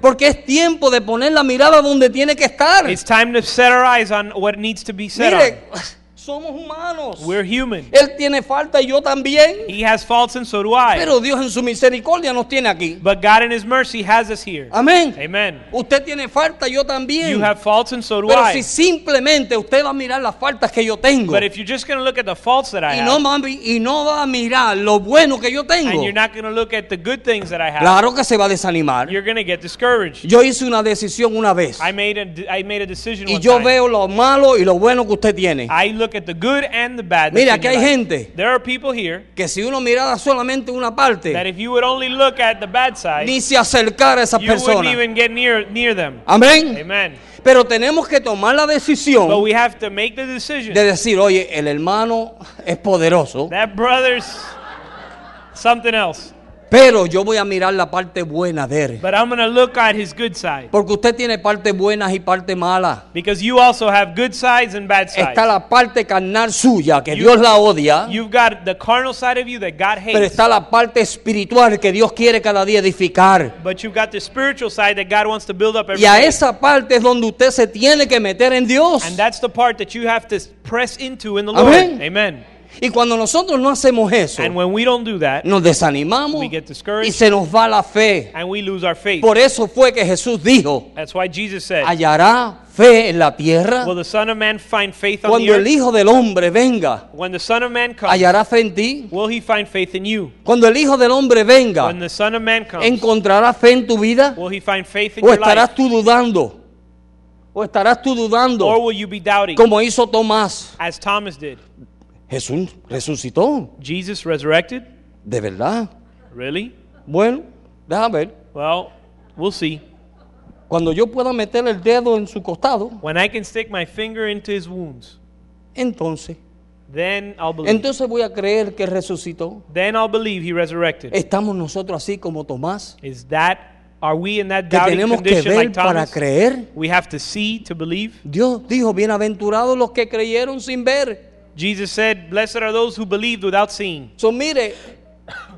[SPEAKER 1] Porque es tiempo de poner la mirada donde tiene que estar.
[SPEAKER 2] It's time to set our eyes on what needs to be set
[SPEAKER 1] Mire, Somos humanos.
[SPEAKER 2] We're human.
[SPEAKER 1] Él tiene falta y yo también.
[SPEAKER 2] He has faults and so do I.
[SPEAKER 1] Pero Dios en su misericordia nos tiene aquí.
[SPEAKER 2] but God in His mercy has us here.
[SPEAKER 1] Amén.
[SPEAKER 2] Amen.
[SPEAKER 1] Usted tiene falta, yo también.
[SPEAKER 2] You have faults and so do
[SPEAKER 1] Pero
[SPEAKER 2] I.
[SPEAKER 1] si simplemente usted va a mirar las faltas que yo tengo
[SPEAKER 2] But if you're just going to look at the faults that I
[SPEAKER 1] y no,
[SPEAKER 2] have,
[SPEAKER 1] va a mi- y no va a mirar lo bueno que yo tengo,
[SPEAKER 2] and you're not going to look at the good things that I have,
[SPEAKER 1] claro que se va a desanimar.
[SPEAKER 2] you're going to get discouraged.
[SPEAKER 1] Yo hice una decisión una vez
[SPEAKER 2] I made a de- Ah, I made a decision
[SPEAKER 1] y
[SPEAKER 2] one
[SPEAKER 1] yo
[SPEAKER 2] time.
[SPEAKER 1] veo lo malo y lo bueno que usted tiene.
[SPEAKER 2] I look at the good and the bad. that's
[SPEAKER 1] Mira,
[SPEAKER 2] in
[SPEAKER 1] aquí
[SPEAKER 2] your
[SPEAKER 1] hay
[SPEAKER 2] life.
[SPEAKER 1] gente
[SPEAKER 2] There are people here
[SPEAKER 1] que si uno mirara solamente una
[SPEAKER 2] that
[SPEAKER 1] parte,
[SPEAKER 2] if you would only look at the bad side,
[SPEAKER 1] ni se acercara a esas
[SPEAKER 2] you wouldn't
[SPEAKER 1] personas.
[SPEAKER 2] even get near near them.
[SPEAKER 1] Amén.
[SPEAKER 2] Amen.
[SPEAKER 1] Pero tenemos que tomar la
[SPEAKER 2] But
[SPEAKER 1] decisión
[SPEAKER 2] we have to make the decision.
[SPEAKER 1] de decir, oye, el hermano es poderoso,
[SPEAKER 2] That brother's something else.
[SPEAKER 1] pero yo voy a mirar la parte buena de él.
[SPEAKER 2] But I'm going to look at his good side.
[SPEAKER 1] Porque usted tiene partes buenas y partes malas.
[SPEAKER 2] Because you also have good sides and bad sides.
[SPEAKER 1] Está la parte carnal suya, que
[SPEAKER 2] You-
[SPEAKER 1] Dios la odia,
[SPEAKER 2] You've got the carnal side of you that God
[SPEAKER 1] pero
[SPEAKER 2] hates.
[SPEAKER 1] está la parte espiritual que Dios quiere cada día edificar.
[SPEAKER 2] But you've got the spiritual side that God wants to build up every
[SPEAKER 1] Y a
[SPEAKER 2] day.
[SPEAKER 1] esa parte es donde usted se tiene que meter en Dios.
[SPEAKER 2] And that's the part that you have to press into in the Lord.
[SPEAKER 1] Amén.
[SPEAKER 2] Amen.
[SPEAKER 1] Y cuando nosotros no hacemos eso,
[SPEAKER 2] And when we don't do that,
[SPEAKER 1] nos desanimamos
[SPEAKER 2] We get discouraged.
[SPEAKER 1] y se nos va la fe.
[SPEAKER 2] and we lose our faith.
[SPEAKER 1] Por eso fue que Jesús dijo,
[SPEAKER 2] That's why Jesus said,
[SPEAKER 1] hallará fe en la tierra
[SPEAKER 2] Will the Son of Man find faith on the
[SPEAKER 1] cuando el
[SPEAKER 2] earth?
[SPEAKER 1] Hijo del Hombre venga.
[SPEAKER 2] When the Son of Man comes,
[SPEAKER 1] Hallará fe en ti.
[SPEAKER 2] will he find faith in you?
[SPEAKER 1] Cuando el Hijo del Hombre venga,
[SPEAKER 2] When the Son of Man comes,
[SPEAKER 1] ¿encontrará fe en tu vida?
[SPEAKER 2] will he find faith in
[SPEAKER 1] ¿O
[SPEAKER 2] your
[SPEAKER 1] estarás
[SPEAKER 2] life?
[SPEAKER 1] tú dudando? ¿O estarás tú
[SPEAKER 2] Or
[SPEAKER 1] dudando
[SPEAKER 2] will you be doubting?
[SPEAKER 1] como hizo Tomás?
[SPEAKER 2] As Thomas did.
[SPEAKER 1] Jesús resucitó,
[SPEAKER 2] Jesus resurrected?
[SPEAKER 1] de verdad.
[SPEAKER 2] Really?
[SPEAKER 1] Bueno, déjame ver.
[SPEAKER 2] Well, we'll see.
[SPEAKER 1] Cuando yo pueda meter el dedo en su costado,
[SPEAKER 2] When I can stick my finger into his wounds,
[SPEAKER 1] entonces,
[SPEAKER 2] then I'll believe.
[SPEAKER 1] entonces voy a creer que resucitó.
[SPEAKER 2] then I'll believe he resurrected.
[SPEAKER 1] Estamos nosotros así como Tomás,
[SPEAKER 2] Is that are we in that
[SPEAKER 1] que
[SPEAKER 2] doubting
[SPEAKER 1] tenemos que
[SPEAKER 2] condition
[SPEAKER 1] ver
[SPEAKER 2] like
[SPEAKER 1] para
[SPEAKER 2] Thomas?
[SPEAKER 1] creer.
[SPEAKER 2] We have to see to believe.
[SPEAKER 1] Dios dijo, bienaventurados los que creyeron sin ver.
[SPEAKER 2] Jesus said, "Blessed are those who believed without seeing."
[SPEAKER 1] So, mire,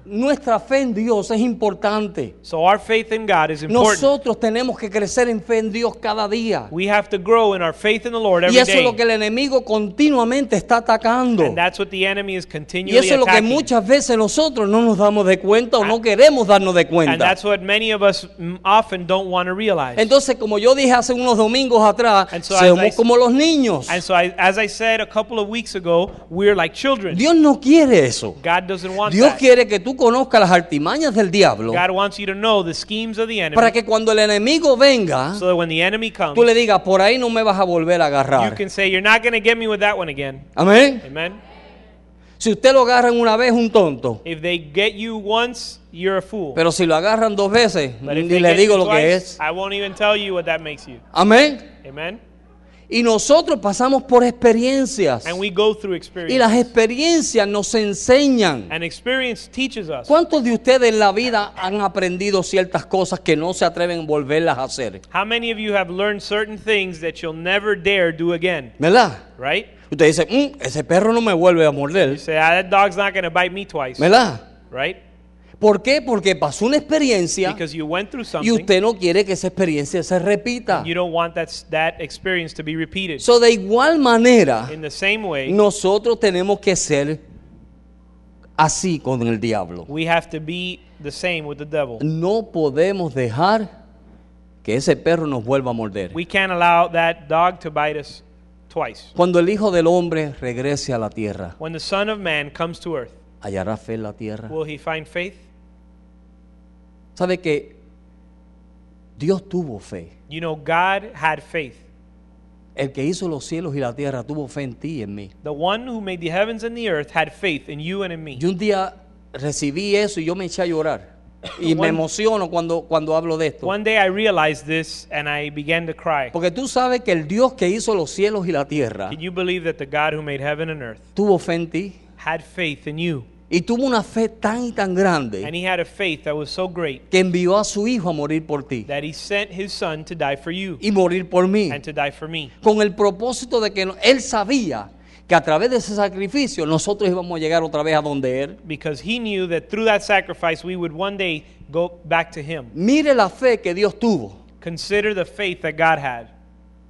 [SPEAKER 1] nuestra fe en Dios es importante.
[SPEAKER 2] So our faith in God is important.
[SPEAKER 1] Nosotros tenemos que crecer en fe en Dios cada día.
[SPEAKER 2] we have to grow in our faith in the Lord every
[SPEAKER 1] Y
[SPEAKER 2] day.
[SPEAKER 1] eso es lo que el enemigo continuamente está atacando.
[SPEAKER 2] and that's what the enemy is
[SPEAKER 1] Y
[SPEAKER 2] continually
[SPEAKER 1] eso es lo que
[SPEAKER 2] attacking.
[SPEAKER 1] muchas veces nosotros no nos damos de cuenta o no queremos darnos de
[SPEAKER 2] Ah. and
[SPEAKER 1] cuenta.
[SPEAKER 2] that's what many of us mm, often don't want to realize.
[SPEAKER 1] Entonces, como yo dije hace unos domingos atrás,
[SPEAKER 2] And so as
[SPEAKER 1] somos
[SPEAKER 2] I-
[SPEAKER 1] como los niños.
[SPEAKER 2] And so, I, as I said a couple of weeks ago, we're like children.
[SPEAKER 1] Dios no quiere eso.
[SPEAKER 2] God doesn't want
[SPEAKER 1] Dios
[SPEAKER 2] that.
[SPEAKER 1] quiere que tú conozcas las artimañas del diablo
[SPEAKER 2] God wants you to know the schemes of the enemy
[SPEAKER 1] para que cuando el enemigo venga,
[SPEAKER 2] so um, that when the enemy comes,
[SPEAKER 1] tú le digas, por ahí no me vas a volver a
[SPEAKER 2] you
[SPEAKER 1] agarrar.
[SPEAKER 2] can say, You're not going to get me with that one again.
[SPEAKER 1] Amén.
[SPEAKER 2] Amen.
[SPEAKER 1] Si usted lo agarran una vez, un tonto.
[SPEAKER 2] If they get you once, you're a fool.
[SPEAKER 1] Pero si lo agarran dos veces,
[SPEAKER 2] but if
[SPEAKER 1] ni
[SPEAKER 2] they
[SPEAKER 1] le
[SPEAKER 2] get you
[SPEAKER 1] digo lo que
[SPEAKER 2] twice,
[SPEAKER 1] es.
[SPEAKER 2] I won't even tell you what that makes you.
[SPEAKER 1] Amén.
[SPEAKER 2] Amen.
[SPEAKER 1] Y nosotros pasamos por experiencias.
[SPEAKER 2] And we go through
[SPEAKER 1] Y
[SPEAKER 2] experience.
[SPEAKER 1] las experiencias nos enseñan.
[SPEAKER 2] And experience teaches us.
[SPEAKER 1] ¿Cuántos de ustedes en la vida han aprendido ciertas cosas que no se atreven a volverlas a hacer?
[SPEAKER 2] How many of you have learned certain things that you'll never dare do again?
[SPEAKER 1] ¿Verdad?
[SPEAKER 2] Right?
[SPEAKER 1] Usted dice, "Mm, ese perro no me vuelve a
[SPEAKER 2] You
[SPEAKER 1] morder.
[SPEAKER 2] say, ah, That dog's not going to bite me twice.
[SPEAKER 1] ¿Verdad?
[SPEAKER 2] Right?
[SPEAKER 1] ¿Por qué? Porque pasó una experiencia
[SPEAKER 2] Because you went through
[SPEAKER 1] y
[SPEAKER 2] something.
[SPEAKER 1] usted no quiere que esa experiencia se repita.
[SPEAKER 2] You don't want that, s- that experience to be repeated.
[SPEAKER 1] So, de igual manera,
[SPEAKER 2] In the same way,
[SPEAKER 1] nosotros tenemos que ser así con el diablo.
[SPEAKER 2] we have to be the same with the devil.
[SPEAKER 1] No podemos dejar que ese perro nos vuelva a morder.
[SPEAKER 2] We can't allow that dog to bite us twice.
[SPEAKER 1] Cuando el Hijo del Hombre regrese a la tierra,
[SPEAKER 2] When the Son of Man comes to earth,
[SPEAKER 1] hallará fe en la tierra.
[SPEAKER 2] will he find faith?
[SPEAKER 1] ¿Sabe que Dios tuvo fe?
[SPEAKER 2] You know, God had faith.
[SPEAKER 1] El que hizo los cielos y la tierra tuvo fe en ti y en mí.
[SPEAKER 2] The one who made the heavens and the earth had faith in you and in me.
[SPEAKER 1] Yo un día recibí eso y yo me eché a llorar. Y me
[SPEAKER 2] One-
[SPEAKER 1] emociono cuando, cuando hablo de esto.
[SPEAKER 2] One day I realized this and I began to cry.
[SPEAKER 1] Porque tú sabes que el Dios que hizo los cielos y la tierra
[SPEAKER 2] Can you believe that the God who made heaven and earth
[SPEAKER 1] tuvo fe en ti.
[SPEAKER 2] had faith in you?
[SPEAKER 1] Y tuvo una fe tan y tan
[SPEAKER 2] And
[SPEAKER 1] grande
[SPEAKER 2] he had a faith that was so great
[SPEAKER 1] que envió a su hijo a morir por ti
[SPEAKER 2] that he sent his son to die for you
[SPEAKER 1] y morir por mí.
[SPEAKER 2] and to die for me.
[SPEAKER 1] con el propósito de que no- él sabía que a través de ese sacrificio nosotros íbamos a llegar otra vez a donde él.
[SPEAKER 2] because he knew that through that sacrifice we would one day go back to him.
[SPEAKER 1] Mire la fe que Dios tuvo
[SPEAKER 2] Consider the faith that God had.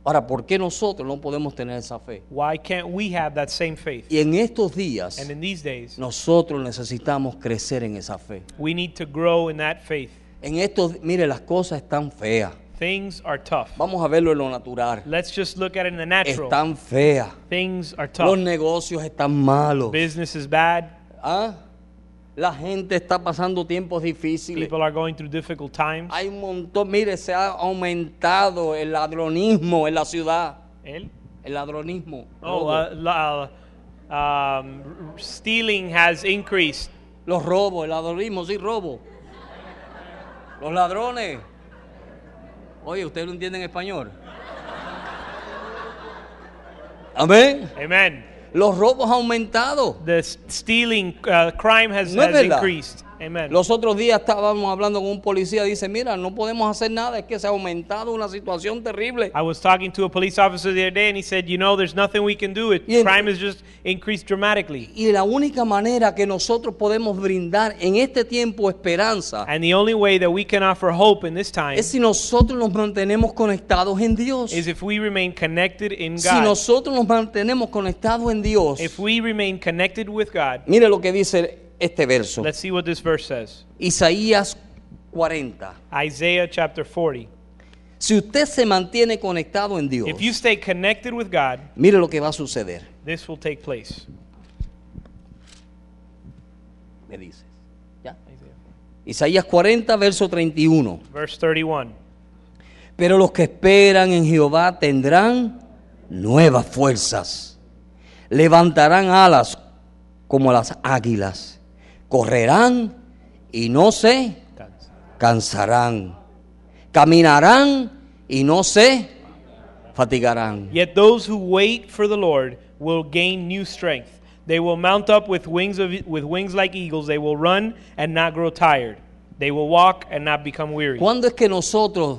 [SPEAKER 1] Ahora, ¿por qué nosotros no podemos tener esa fe?
[SPEAKER 2] Why can't we have that same faith?
[SPEAKER 1] Y en estos días
[SPEAKER 2] And in these days,
[SPEAKER 1] nosotros necesitamos crecer en esa fe.
[SPEAKER 2] we need to grow in that faith.
[SPEAKER 1] En estos, mire, las cosas están feas.
[SPEAKER 2] Things are tough.
[SPEAKER 1] Vamos a verlo en lo natural.
[SPEAKER 2] Let's just look at it in the natural.
[SPEAKER 1] Están feas.
[SPEAKER 2] Things are
[SPEAKER 1] Los
[SPEAKER 2] tough.
[SPEAKER 1] negocios están malos.
[SPEAKER 2] Business is bad.
[SPEAKER 1] ¿Ah? La gente está pasando tiempos difíciles.
[SPEAKER 2] People are going through difficult times.
[SPEAKER 1] Hay un montón, mire, se ha aumentado el ladronismo en la ciudad.
[SPEAKER 2] El?
[SPEAKER 1] El ladronismo.
[SPEAKER 2] Oh,
[SPEAKER 1] robo.
[SPEAKER 2] uh, la- uh, um, r- stealing has increased.
[SPEAKER 1] Los robos, el ladronismo, sí, robo. Los ladrones. Oye, ¿ustedes no entienden español? Amén.
[SPEAKER 2] Amen.
[SPEAKER 1] Los robos han aumentado.
[SPEAKER 2] The s- stealing uh, crime has,
[SPEAKER 1] No es
[SPEAKER 2] has
[SPEAKER 1] verdad.
[SPEAKER 2] increased. Amen.
[SPEAKER 1] Los otros días estábamos hablando con un policía, dice, mira, no podemos hacer nada, es que se ha aumentado una situación terrible.
[SPEAKER 2] I was talking to a police officer the other day and he said, You know, there's nothing we can do. It,
[SPEAKER 1] Y en-
[SPEAKER 2] crime has just increased dramatically.
[SPEAKER 1] Y la única manera que nosotros podemos brindar en este tiempo esperanza
[SPEAKER 2] And the only way that we can offer hope in this time
[SPEAKER 1] es si nosotros nos mantenemos conectados en Dios.
[SPEAKER 2] is if we remain connected in
[SPEAKER 1] Si
[SPEAKER 2] God.
[SPEAKER 1] nosotros nos mantenemos conectados en Dios.
[SPEAKER 2] If we remain connected with God,
[SPEAKER 1] Mire lo que dice este verso.
[SPEAKER 2] let's see what this verse says.
[SPEAKER 1] Isaías 40.
[SPEAKER 2] Isaiah chapter 40.
[SPEAKER 1] Si usted se mantiene conectado en Dios,
[SPEAKER 2] If you stay connected with God,
[SPEAKER 1] mire lo que va a suceder.
[SPEAKER 2] this will take place.
[SPEAKER 1] Me dices. ¿Ya? Isaías 40, verso 31.
[SPEAKER 2] Verse 31.
[SPEAKER 1] Pero los que esperan en Jehová tendrán nuevas fuerzas. Levantarán alas como las águilas. Correrán y no se cansarán. Caminarán y no se fatigarán.
[SPEAKER 2] Yet those who wait for the Lord will gain new strength. They will mount up with wings of, with wings like eagles. They will run and not grow tired. They will walk and not become weary.
[SPEAKER 1] ¿Cuándo es que nosotros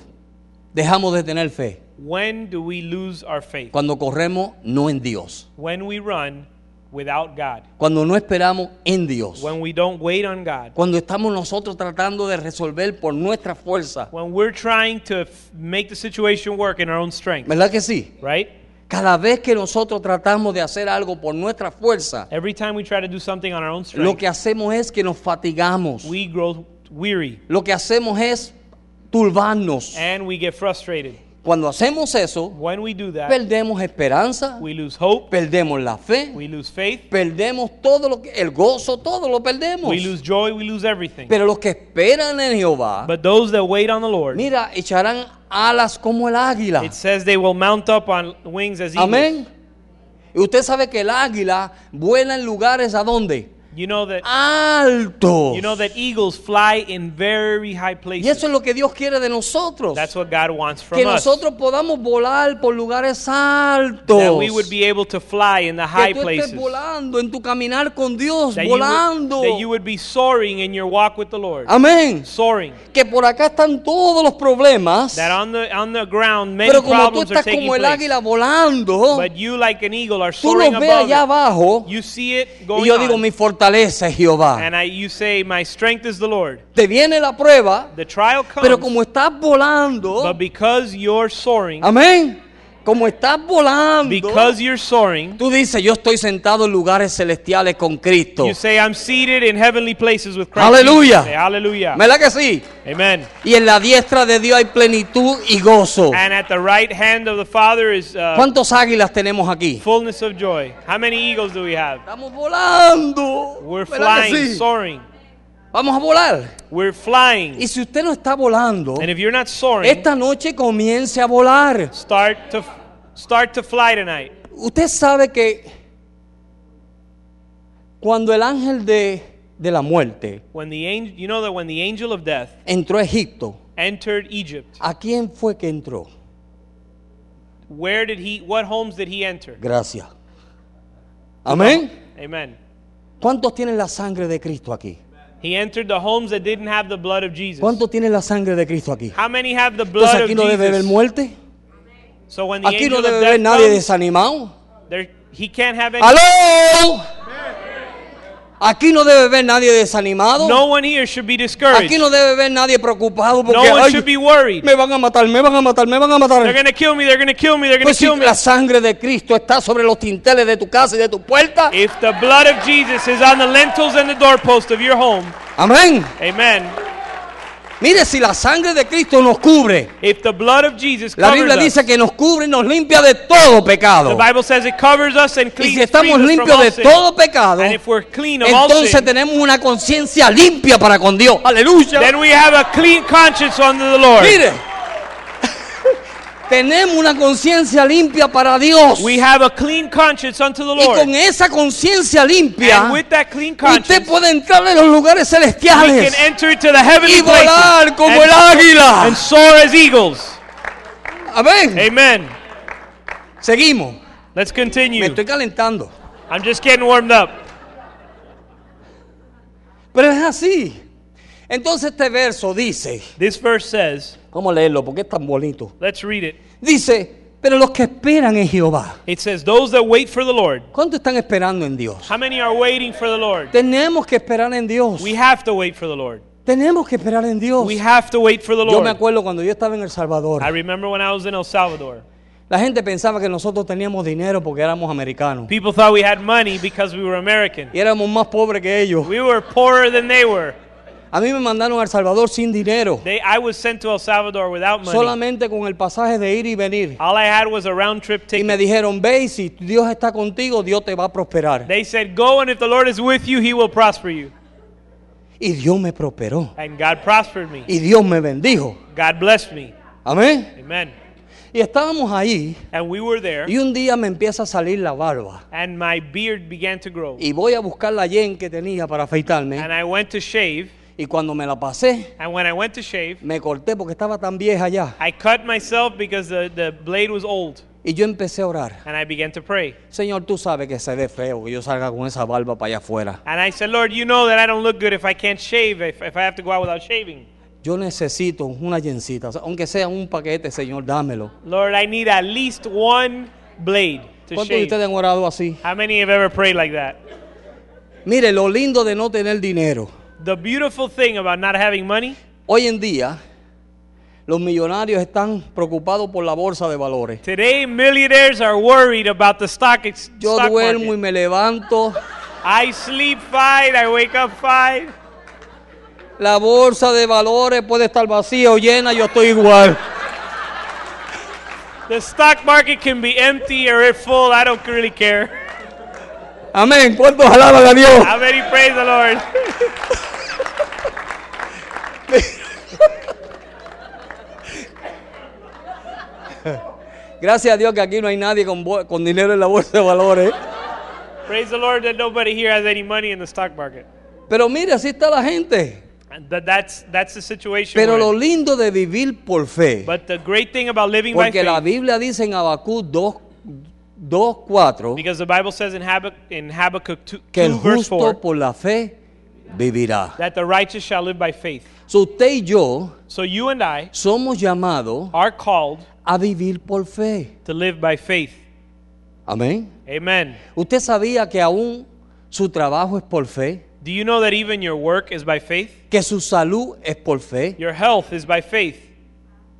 [SPEAKER 1] dejamos de tener fe?
[SPEAKER 2] When do we lose our faith?
[SPEAKER 1] Cuando corremos no en Dios.
[SPEAKER 2] When we run without God.
[SPEAKER 1] Cuando no esperamos en Dios.
[SPEAKER 2] When we don't wait on God.
[SPEAKER 1] Cuando estamos nosotros tratando de resolver por nuestra fuerza.
[SPEAKER 2] When we're trying to f- make the situation work in our own strength,
[SPEAKER 1] ¿Verdad que sí?
[SPEAKER 2] right?
[SPEAKER 1] Cada vez que nosotros tratamos de hacer algo por nuestra fuerza,
[SPEAKER 2] Every time we try to do something on our own
[SPEAKER 1] lo
[SPEAKER 2] strength,
[SPEAKER 1] que hacemos es que nos fatigamos.
[SPEAKER 2] we grow weary
[SPEAKER 1] Lo que hacemos es turbarnos.
[SPEAKER 2] and we get frustrated.
[SPEAKER 1] Cuando hacemos eso,
[SPEAKER 2] When we do that,
[SPEAKER 1] perdemos esperanza,
[SPEAKER 2] we lose hope,
[SPEAKER 1] perdemos la fe,
[SPEAKER 2] we lose faith,
[SPEAKER 1] perdemos todo lo que el gozo, todo lo perdemos.
[SPEAKER 2] we lose joy, we lose everything.
[SPEAKER 1] Pero los que esperan en Jehová,
[SPEAKER 2] But those that wait on the Lord,
[SPEAKER 1] mira, echarán alas como el águila.
[SPEAKER 2] it says they will mount up on wings as eagles.
[SPEAKER 1] Amén. Y usted sabe que el águila vuela en lugares a dónde?
[SPEAKER 2] You know that
[SPEAKER 1] Altos.
[SPEAKER 2] you know that eagles fly in very high
[SPEAKER 1] Y eso
[SPEAKER 2] places.
[SPEAKER 1] es lo que Dios quiere de nosotros.
[SPEAKER 2] That's what God wants from
[SPEAKER 1] Que
[SPEAKER 2] us.
[SPEAKER 1] nosotros podamos volar por lugares altos.
[SPEAKER 2] That we would be able to fly in the
[SPEAKER 1] que
[SPEAKER 2] high
[SPEAKER 1] tú estés
[SPEAKER 2] places.
[SPEAKER 1] volando en tu caminar con Dios,
[SPEAKER 2] That you, would,
[SPEAKER 1] volando.
[SPEAKER 2] that you would be soaring in your walk with the Lord.
[SPEAKER 1] Amén.
[SPEAKER 2] Soaring.
[SPEAKER 1] Que por acá están todos los problemas.
[SPEAKER 2] That on the on the ground many
[SPEAKER 1] Pero como tú
[SPEAKER 2] problems are
[SPEAKER 1] estás
[SPEAKER 2] taking
[SPEAKER 1] como el
[SPEAKER 2] place.
[SPEAKER 1] águila volando,
[SPEAKER 2] But you like an eagle are
[SPEAKER 1] tú
[SPEAKER 2] soaring
[SPEAKER 1] los ves
[SPEAKER 2] above.
[SPEAKER 1] allá
[SPEAKER 2] it.
[SPEAKER 1] abajo.
[SPEAKER 2] You see it
[SPEAKER 1] Y
[SPEAKER 2] going
[SPEAKER 1] yo digo,
[SPEAKER 2] on.
[SPEAKER 1] mi fortaleza es Jehová.
[SPEAKER 2] And I, you say, my strength is the Lord.
[SPEAKER 1] Te viene la prueba,
[SPEAKER 2] The trial comes,
[SPEAKER 1] pero como estás volando,
[SPEAKER 2] but because you're soaring,
[SPEAKER 1] amén. Como estás volando,
[SPEAKER 2] because you're soaring,
[SPEAKER 1] Tú dices, yo estoy sentado en lugares celestiales con Cristo.
[SPEAKER 2] you say, I'm seated in heavenly places with Christ.
[SPEAKER 1] Aleluya.
[SPEAKER 2] Jesus." Say, hallelujah.
[SPEAKER 1] ¿Verdad que sí?
[SPEAKER 2] Amen.
[SPEAKER 1] Y en la diestra de Dios hay plenitud y gozo.
[SPEAKER 2] And at the right hand of the Father is uh,
[SPEAKER 1] ¿Cuántos águilas tenemos aquí?
[SPEAKER 2] fullness of joy. How many eagles do we have?
[SPEAKER 1] Estamos volando.
[SPEAKER 2] We're
[SPEAKER 1] ¿Verdad que
[SPEAKER 2] flying,
[SPEAKER 1] sí?
[SPEAKER 2] soaring.
[SPEAKER 1] Vamos a volar.
[SPEAKER 2] We're flying.
[SPEAKER 1] Y si usted no está volando,
[SPEAKER 2] And if you're not soaring,
[SPEAKER 1] esta noche comience a volar.
[SPEAKER 2] start to f- start to fly tonight.
[SPEAKER 1] Usted sabe que cuando el ángel de, de la muerte
[SPEAKER 2] When the angel, you know that when the angel of death
[SPEAKER 1] entró a Egipto,
[SPEAKER 2] entered Egypt,
[SPEAKER 1] ¿a quién fue que entró?
[SPEAKER 2] where did he? What homes did he enter?
[SPEAKER 1] Gracias. Amén.
[SPEAKER 2] Amen.
[SPEAKER 1] ¿Cuántos tienen la sangre de Cristo aquí?
[SPEAKER 2] He entered the homes that didn't have the blood of Jesus.
[SPEAKER 1] ¿Cuántos tienen la sangre de Cristo aquí?
[SPEAKER 2] How many have the
[SPEAKER 1] Entonces
[SPEAKER 2] blood
[SPEAKER 1] aquí
[SPEAKER 2] of
[SPEAKER 1] no debe haber
[SPEAKER 2] Jesus?
[SPEAKER 1] muerte,
[SPEAKER 2] So when the
[SPEAKER 1] aquí no
[SPEAKER 2] angel
[SPEAKER 1] debe
[SPEAKER 2] of
[SPEAKER 1] haber
[SPEAKER 2] death
[SPEAKER 1] nadie
[SPEAKER 2] comes,
[SPEAKER 1] desanimado.
[SPEAKER 2] there, he can't have any.
[SPEAKER 1] ¡Aló! Aquí no debe ver nadie desanimado.
[SPEAKER 2] No one here should be discouraged.
[SPEAKER 1] Aquí no debe ver nadie preocupado porque
[SPEAKER 2] No one
[SPEAKER 1] "Ay,
[SPEAKER 2] should be worried.
[SPEAKER 1] me van a matar, me van a matar, me van a
[SPEAKER 2] They're
[SPEAKER 1] matar.
[SPEAKER 2] going to kill me. They're going to kill me. They're going
[SPEAKER 1] Pues
[SPEAKER 2] to
[SPEAKER 1] si
[SPEAKER 2] kill me.
[SPEAKER 1] la sangre de Cristo está sobre los tinteles de tu casa y de tu puerta.
[SPEAKER 2] If the blood of Jesus is on the lentils and the doorpost of your home,
[SPEAKER 1] Amén.
[SPEAKER 2] amen.
[SPEAKER 1] Mire, si la sangre de Cristo nos cubre,
[SPEAKER 2] If the blood of Jesus
[SPEAKER 1] la
[SPEAKER 2] covers
[SPEAKER 1] Biblia
[SPEAKER 2] us,
[SPEAKER 1] dice que nos cubre y nos limpia de todo
[SPEAKER 2] the
[SPEAKER 1] pecado.
[SPEAKER 2] Bible says it covers us and
[SPEAKER 1] Y
[SPEAKER 2] cleans,
[SPEAKER 1] si estamos
[SPEAKER 2] frees us from
[SPEAKER 1] limpios
[SPEAKER 2] all
[SPEAKER 1] de
[SPEAKER 2] sin.
[SPEAKER 1] todo pecado,
[SPEAKER 2] and if we're clean of all
[SPEAKER 1] entonces
[SPEAKER 2] sin,
[SPEAKER 1] tenemos una conciencia limpia para con Dios. Aleluya.
[SPEAKER 2] then we have a clean conscience under the Lord.
[SPEAKER 1] Mire, tenemos una conciencia limpia para Dios.
[SPEAKER 2] We have a clean conscience unto the
[SPEAKER 1] Y con
[SPEAKER 2] Lord.
[SPEAKER 1] esa conciencia limpia,
[SPEAKER 2] And with that clean
[SPEAKER 1] usted
[SPEAKER 2] conscience,
[SPEAKER 1] puede entrar en los lugares
[SPEAKER 2] we
[SPEAKER 1] celestiales.
[SPEAKER 2] can enter into the heavenly
[SPEAKER 1] Y
[SPEAKER 2] places
[SPEAKER 1] volar como
[SPEAKER 2] and,
[SPEAKER 1] el águila.
[SPEAKER 2] and soar as eagles.
[SPEAKER 1] Amén.
[SPEAKER 2] Amen.
[SPEAKER 1] Seguimos.
[SPEAKER 2] Let's
[SPEAKER 1] Me
[SPEAKER 2] continue.
[SPEAKER 1] estoy calentando.
[SPEAKER 2] I'm just getting warmed up.
[SPEAKER 1] Pero es así. Entonces este verso dice,
[SPEAKER 2] This verse says,
[SPEAKER 1] vamos a leerlo porque es tan bonito.
[SPEAKER 2] let's read it.
[SPEAKER 1] Dice, pero los que esperan en Jehová.
[SPEAKER 2] It says, Those that wait for the Lord.
[SPEAKER 1] ¿Cuánto están esperando en Dios?
[SPEAKER 2] How many are waiting for the Lord?
[SPEAKER 1] Tenemos que esperar en Dios.
[SPEAKER 2] We have to wait for the Lord.
[SPEAKER 1] Tenemos que esperar en Dios.
[SPEAKER 2] We have to wait for the
[SPEAKER 1] Yo me
[SPEAKER 2] Lord.
[SPEAKER 1] acuerdo cuando yo estaba en El Salvador,
[SPEAKER 2] I remember when I was in El Salvador.
[SPEAKER 1] la gente pensaba que nosotros teníamos dinero porque éramos americanos.
[SPEAKER 2] People thought we had money because we were American.
[SPEAKER 1] Y éramos más pobres que ellos.
[SPEAKER 2] We were poorer than they were.
[SPEAKER 1] A mí me mandaron a El Salvador sin dinero,
[SPEAKER 2] They, I was sent to El Salvador without money.
[SPEAKER 1] solamente con el pasaje de ir y venir.
[SPEAKER 2] All I had was a round trip
[SPEAKER 1] Y
[SPEAKER 2] ticket.
[SPEAKER 1] me dijeron, ve y si Dios está contigo, Dios te va a prosperar.
[SPEAKER 2] They said, Go, and if the Lord is with you, he will prosper you.
[SPEAKER 1] Y Dios me prosperó.
[SPEAKER 2] And God prospered me.
[SPEAKER 1] Y Dios me bendijo.
[SPEAKER 2] God blessed me.
[SPEAKER 1] Amén.
[SPEAKER 2] Amen.
[SPEAKER 1] Y estábamos ahí.
[SPEAKER 2] And we were there,
[SPEAKER 1] Y un día me empieza a salir la barba.
[SPEAKER 2] and my beard began to grow.
[SPEAKER 1] Y voy a buscar la yen que tenía para afeitarme.
[SPEAKER 2] And I went to shave,
[SPEAKER 1] Y cuando me la pasé,
[SPEAKER 2] and when I went to shave,
[SPEAKER 1] me corté porque estaba tan vieja ya.
[SPEAKER 2] I cut myself because the, the blade was old,
[SPEAKER 1] Y yo empecé a orar.
[SPEAKER 2] and I began to pray.
[SPEAKER 1] Señor, tú sabes que se ve feo que yo salga con esa barba para allá afuera.
[SPEAKER 2] And I said, Lord, you know that I don't look good if I can't shave, if, if I have to go out without shaving.
[SPEAKER 1] Yo necesito una yencita, o sea, aunque sea un paquete, Señor, dámelo.
[SPEAKER 2] Lord, I need at least one blade to
[SPEAKER 1] ¿Cuántos de
[SPEAKER 2] shave.
[SPEAKER 1] ustedes han orado así?
[SPEAKER 2] How many have ever prayed like that?
[SPEAKER 1] Mire, lo lindo de no tener dinero.
[SPEAKER 2] The beautiful thing about not having money
[SPEAKER 1] Hoy en día, los millonarios están preocupados por la bolsa de valores.
[SPEAKER 2] today, millionaires are worried about the stock, ex-
[SPEAKER 1] Yo
[SPEAKER 2] stock
[SPEAKER 1] duermo y
[SPEAKER 2] market.
[SPEAKER 1] me levanto,
[SPEAKER 2] I sleep fine, I wake up fine.
[SPEAKER 1] la bolsa de valores puede estar vacía o llena, yo estoy igual.
[SPEAKER 2] The stock market can be empty or full. I don't really care.
[SPEAKER 1] Amén. ¿Cuántos alaban a Dios?
[SPEAKER 2] How many praise the Lord?
[SPEAKER 1] Gracias a Dios que aquí no hay nadie con, bol- con dinero en la bolsa de valores.
[SPEAKER 2] praise the Lord that nobody here has any money in the stock market.
[SPEAKER 1] Pero mire, así está la gente.
[SPEAKER 2] And that, that's that's the situation.
[SPEAKER 1] Pero
[SPEAKER 2] we're
[SPEAKER 1] lo
[SPEAKER 2] in.
[SPEAKER 1] lindo de vivir por fe.
[SPEAKER 2] But the great thing about living by
[SPEAKER 1] Porque la
[SPEAKER 2] faith,
[SPEAKER 1] Biblia dice en Habacuc 2, 4
[SPEAKER 2] because the Bible says in Habakkuk, in Habakkuk 2,
[SPEAKER 1] que el
[SPEAKER 2] 2 verse 4,
[SPEAKER 1] justo por la fe vivirá.
[SPEAKER 2] that the righteous shall live by faith.
[SPEAKER 1] So, usted y yo
[SPEAKER 2] So you and I
[SPEAKER 1] somos llamados
[SPEAKER 2] are called
[SPEAKER 1] a vivir por fe.
[SPEAKER 2] to live by faith.
[SPEAKER 1] Amén.
[SPEAKER 2] Amen.
[SPEAKER 1] ¿Usted sabía que aún su trabajo es por fe?
[SPEAKER 2] Do you know that even your work is by faith?
[SPEAKER 1] Que su salud es por fe.
[SPEAKER 2] Your health is by faith.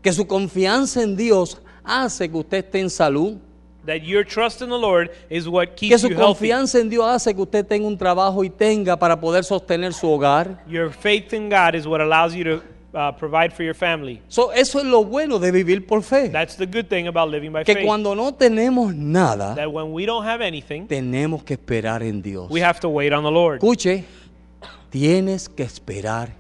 [SPEAKER 1] Que su confianza en Dios hace que usted esté en salud.
[SPEAKER 2] That your trust in the Lord is what
[SPEAKER 1] Que
[SPEAKER 2] keeps
[SPEAKER 1] su
[SPEAKER 2] you healthy.
[SPEAKER 1] confianza en Dios hace que usted tenga un trabajo y tenga para poder sostener su hogar.
[SPEAKER 2] Your faith in God is what allows you to uh, provide for your family.
[SPEAKER 1] So, eso es lo bueno de vivir por fe.
[SPEAKER 2] That's the good thing about living by
[SPEAKER 1] Que
[SPEAKER 2] faith.
[SPEAKER 1] cuando no tenemos nada,
[SPEAKER 2] That when we don't have anything,
[SPEAKER 1] tenemos que esperar en Dios.
[SPEAKER 2] we have to wait on the Lord.
[SPEAKER 1] Escuche, tienes que esperar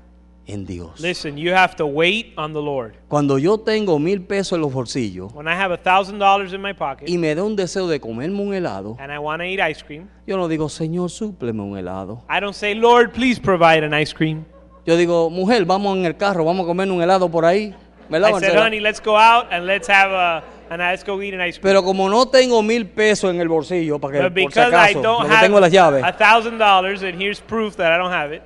[SPEAKER 1] en Dios.
[SPEAKER 2] Listen, you have to wait on the Lord.
[SPEAKER 1] Cuando yo tengo mil pesos en los bolsillos
[SPEAKER 2] When I have a thousand dollars in my
[SPEAKER 1] y
[SPEAKER 2] pocket
[SPEAKER 1] me da un deseo de comerme un helado,
[SPEAKER 2] and I want to eat ice cream,
[SPEAKER 1] yo no digo, Señor, súpleme un helado.
[SPEAKER 2] I don't say, Lord, please provide an ice cream.
[SPEAKER 1] Yo digo, mujer, vamos en el carro, vamos a comer un helado por ahí. Me
[SPEAKER 2] I
[SPEAKER 1] lavan,
[SPEAKER 2] said,
[SPEAKER 1] se la-
[SPEAKER 2] honey, let's go out and let's have a, and let's go eat an ice cream.
[SPEAKER 1] Pero como no tengo mil pesos en el bolsillo, para que
[SPEAKER 2] But
[SPEAKER 1] por si
[SPEAKER 2] because I
[SPEAKER 1] acaso,
[SPEAKER 2] don't
[SPEAKER 1] porque tengo las
[SPEAKER 2] have
[SPEAKER 1] llaves,
[SPEAKER 2] a thousand dollars, and here's proof that I don't have it,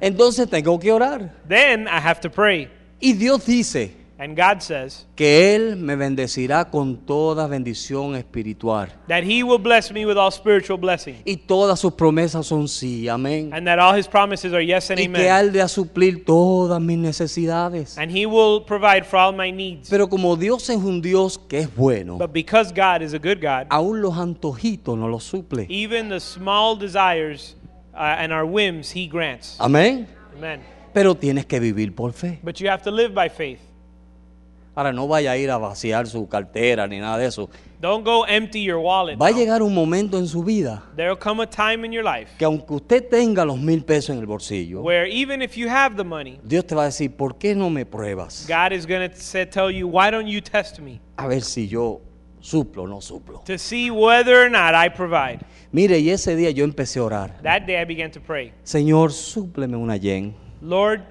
[SPEAKER 1] entonces tengo que orar.
[SPEAKER 2] then I have to pray.
[SPEAKER 1] Y Dios dice,
[SPEAKER 2] And God says
[SPEAKER 1] que Él me bendecirá con toda bendición espiritual.
[SPEAKER 2] that He will bless me with all spiritual blessing,
[SPEAKER 1] Y todas sus promesas son sí, amén.
[SPEAKER 2] and that all His promises are yes and
[SPEAKER 1] Y que
[SPEAKER 2] amen.
[SPEAKER 1] Él de a suplir todas mis necesidades.
[SPEAKER 2] And He will provide for all my needs.
[SPEAKER 1] Pero como Dios es un Dios que es bueno,
[SPEAKER 2] But because God is a good God,
[SPEAKER 1] aún los antojitos no los suple.
[SPEAKER 2] even the small desires uh, and our whims He grants.
[SPEAKER 1] Amén.
[SPEAKER 2] Amen.
[SPEAKER 1] Pero tienes que vivir por fe.
[SPEAKER 2] But you have to live by faith.
[SPEAKER 1] Ahora no vaya a ir a vaciar su cartera ni nada de eso.
[SPEAKER 2] Don't go empty your wallet.
[SPEAKER 1] Va a
[SPEAKER 2] now.
[SPEAKER 1] llegar un momento en su vida
[SPEAKER 2] There'll come a time in your life
[SPEAKER 1] que aunque usted tenga los mil pesos en el bolsillo,
[SPEAKER 2] where even if you have the money,
[SPEAKER 1] Dios te va a decir, ¿por qué no me pruebas?
[SPEAKER 2] God is going to tell you, why don't you test me
[SPEAKER 1] A ver si yo suplo o no suplo.
[SPEAKER 2] to see whether or not I provide?
[SPEAKER 1] Mire, y ese día yo empecé a orar.
[SPEAKER 2] That day I began to pray,
[SPEAKER 1] Señor, súpleme una yen
[SPEAKER 2] Lord,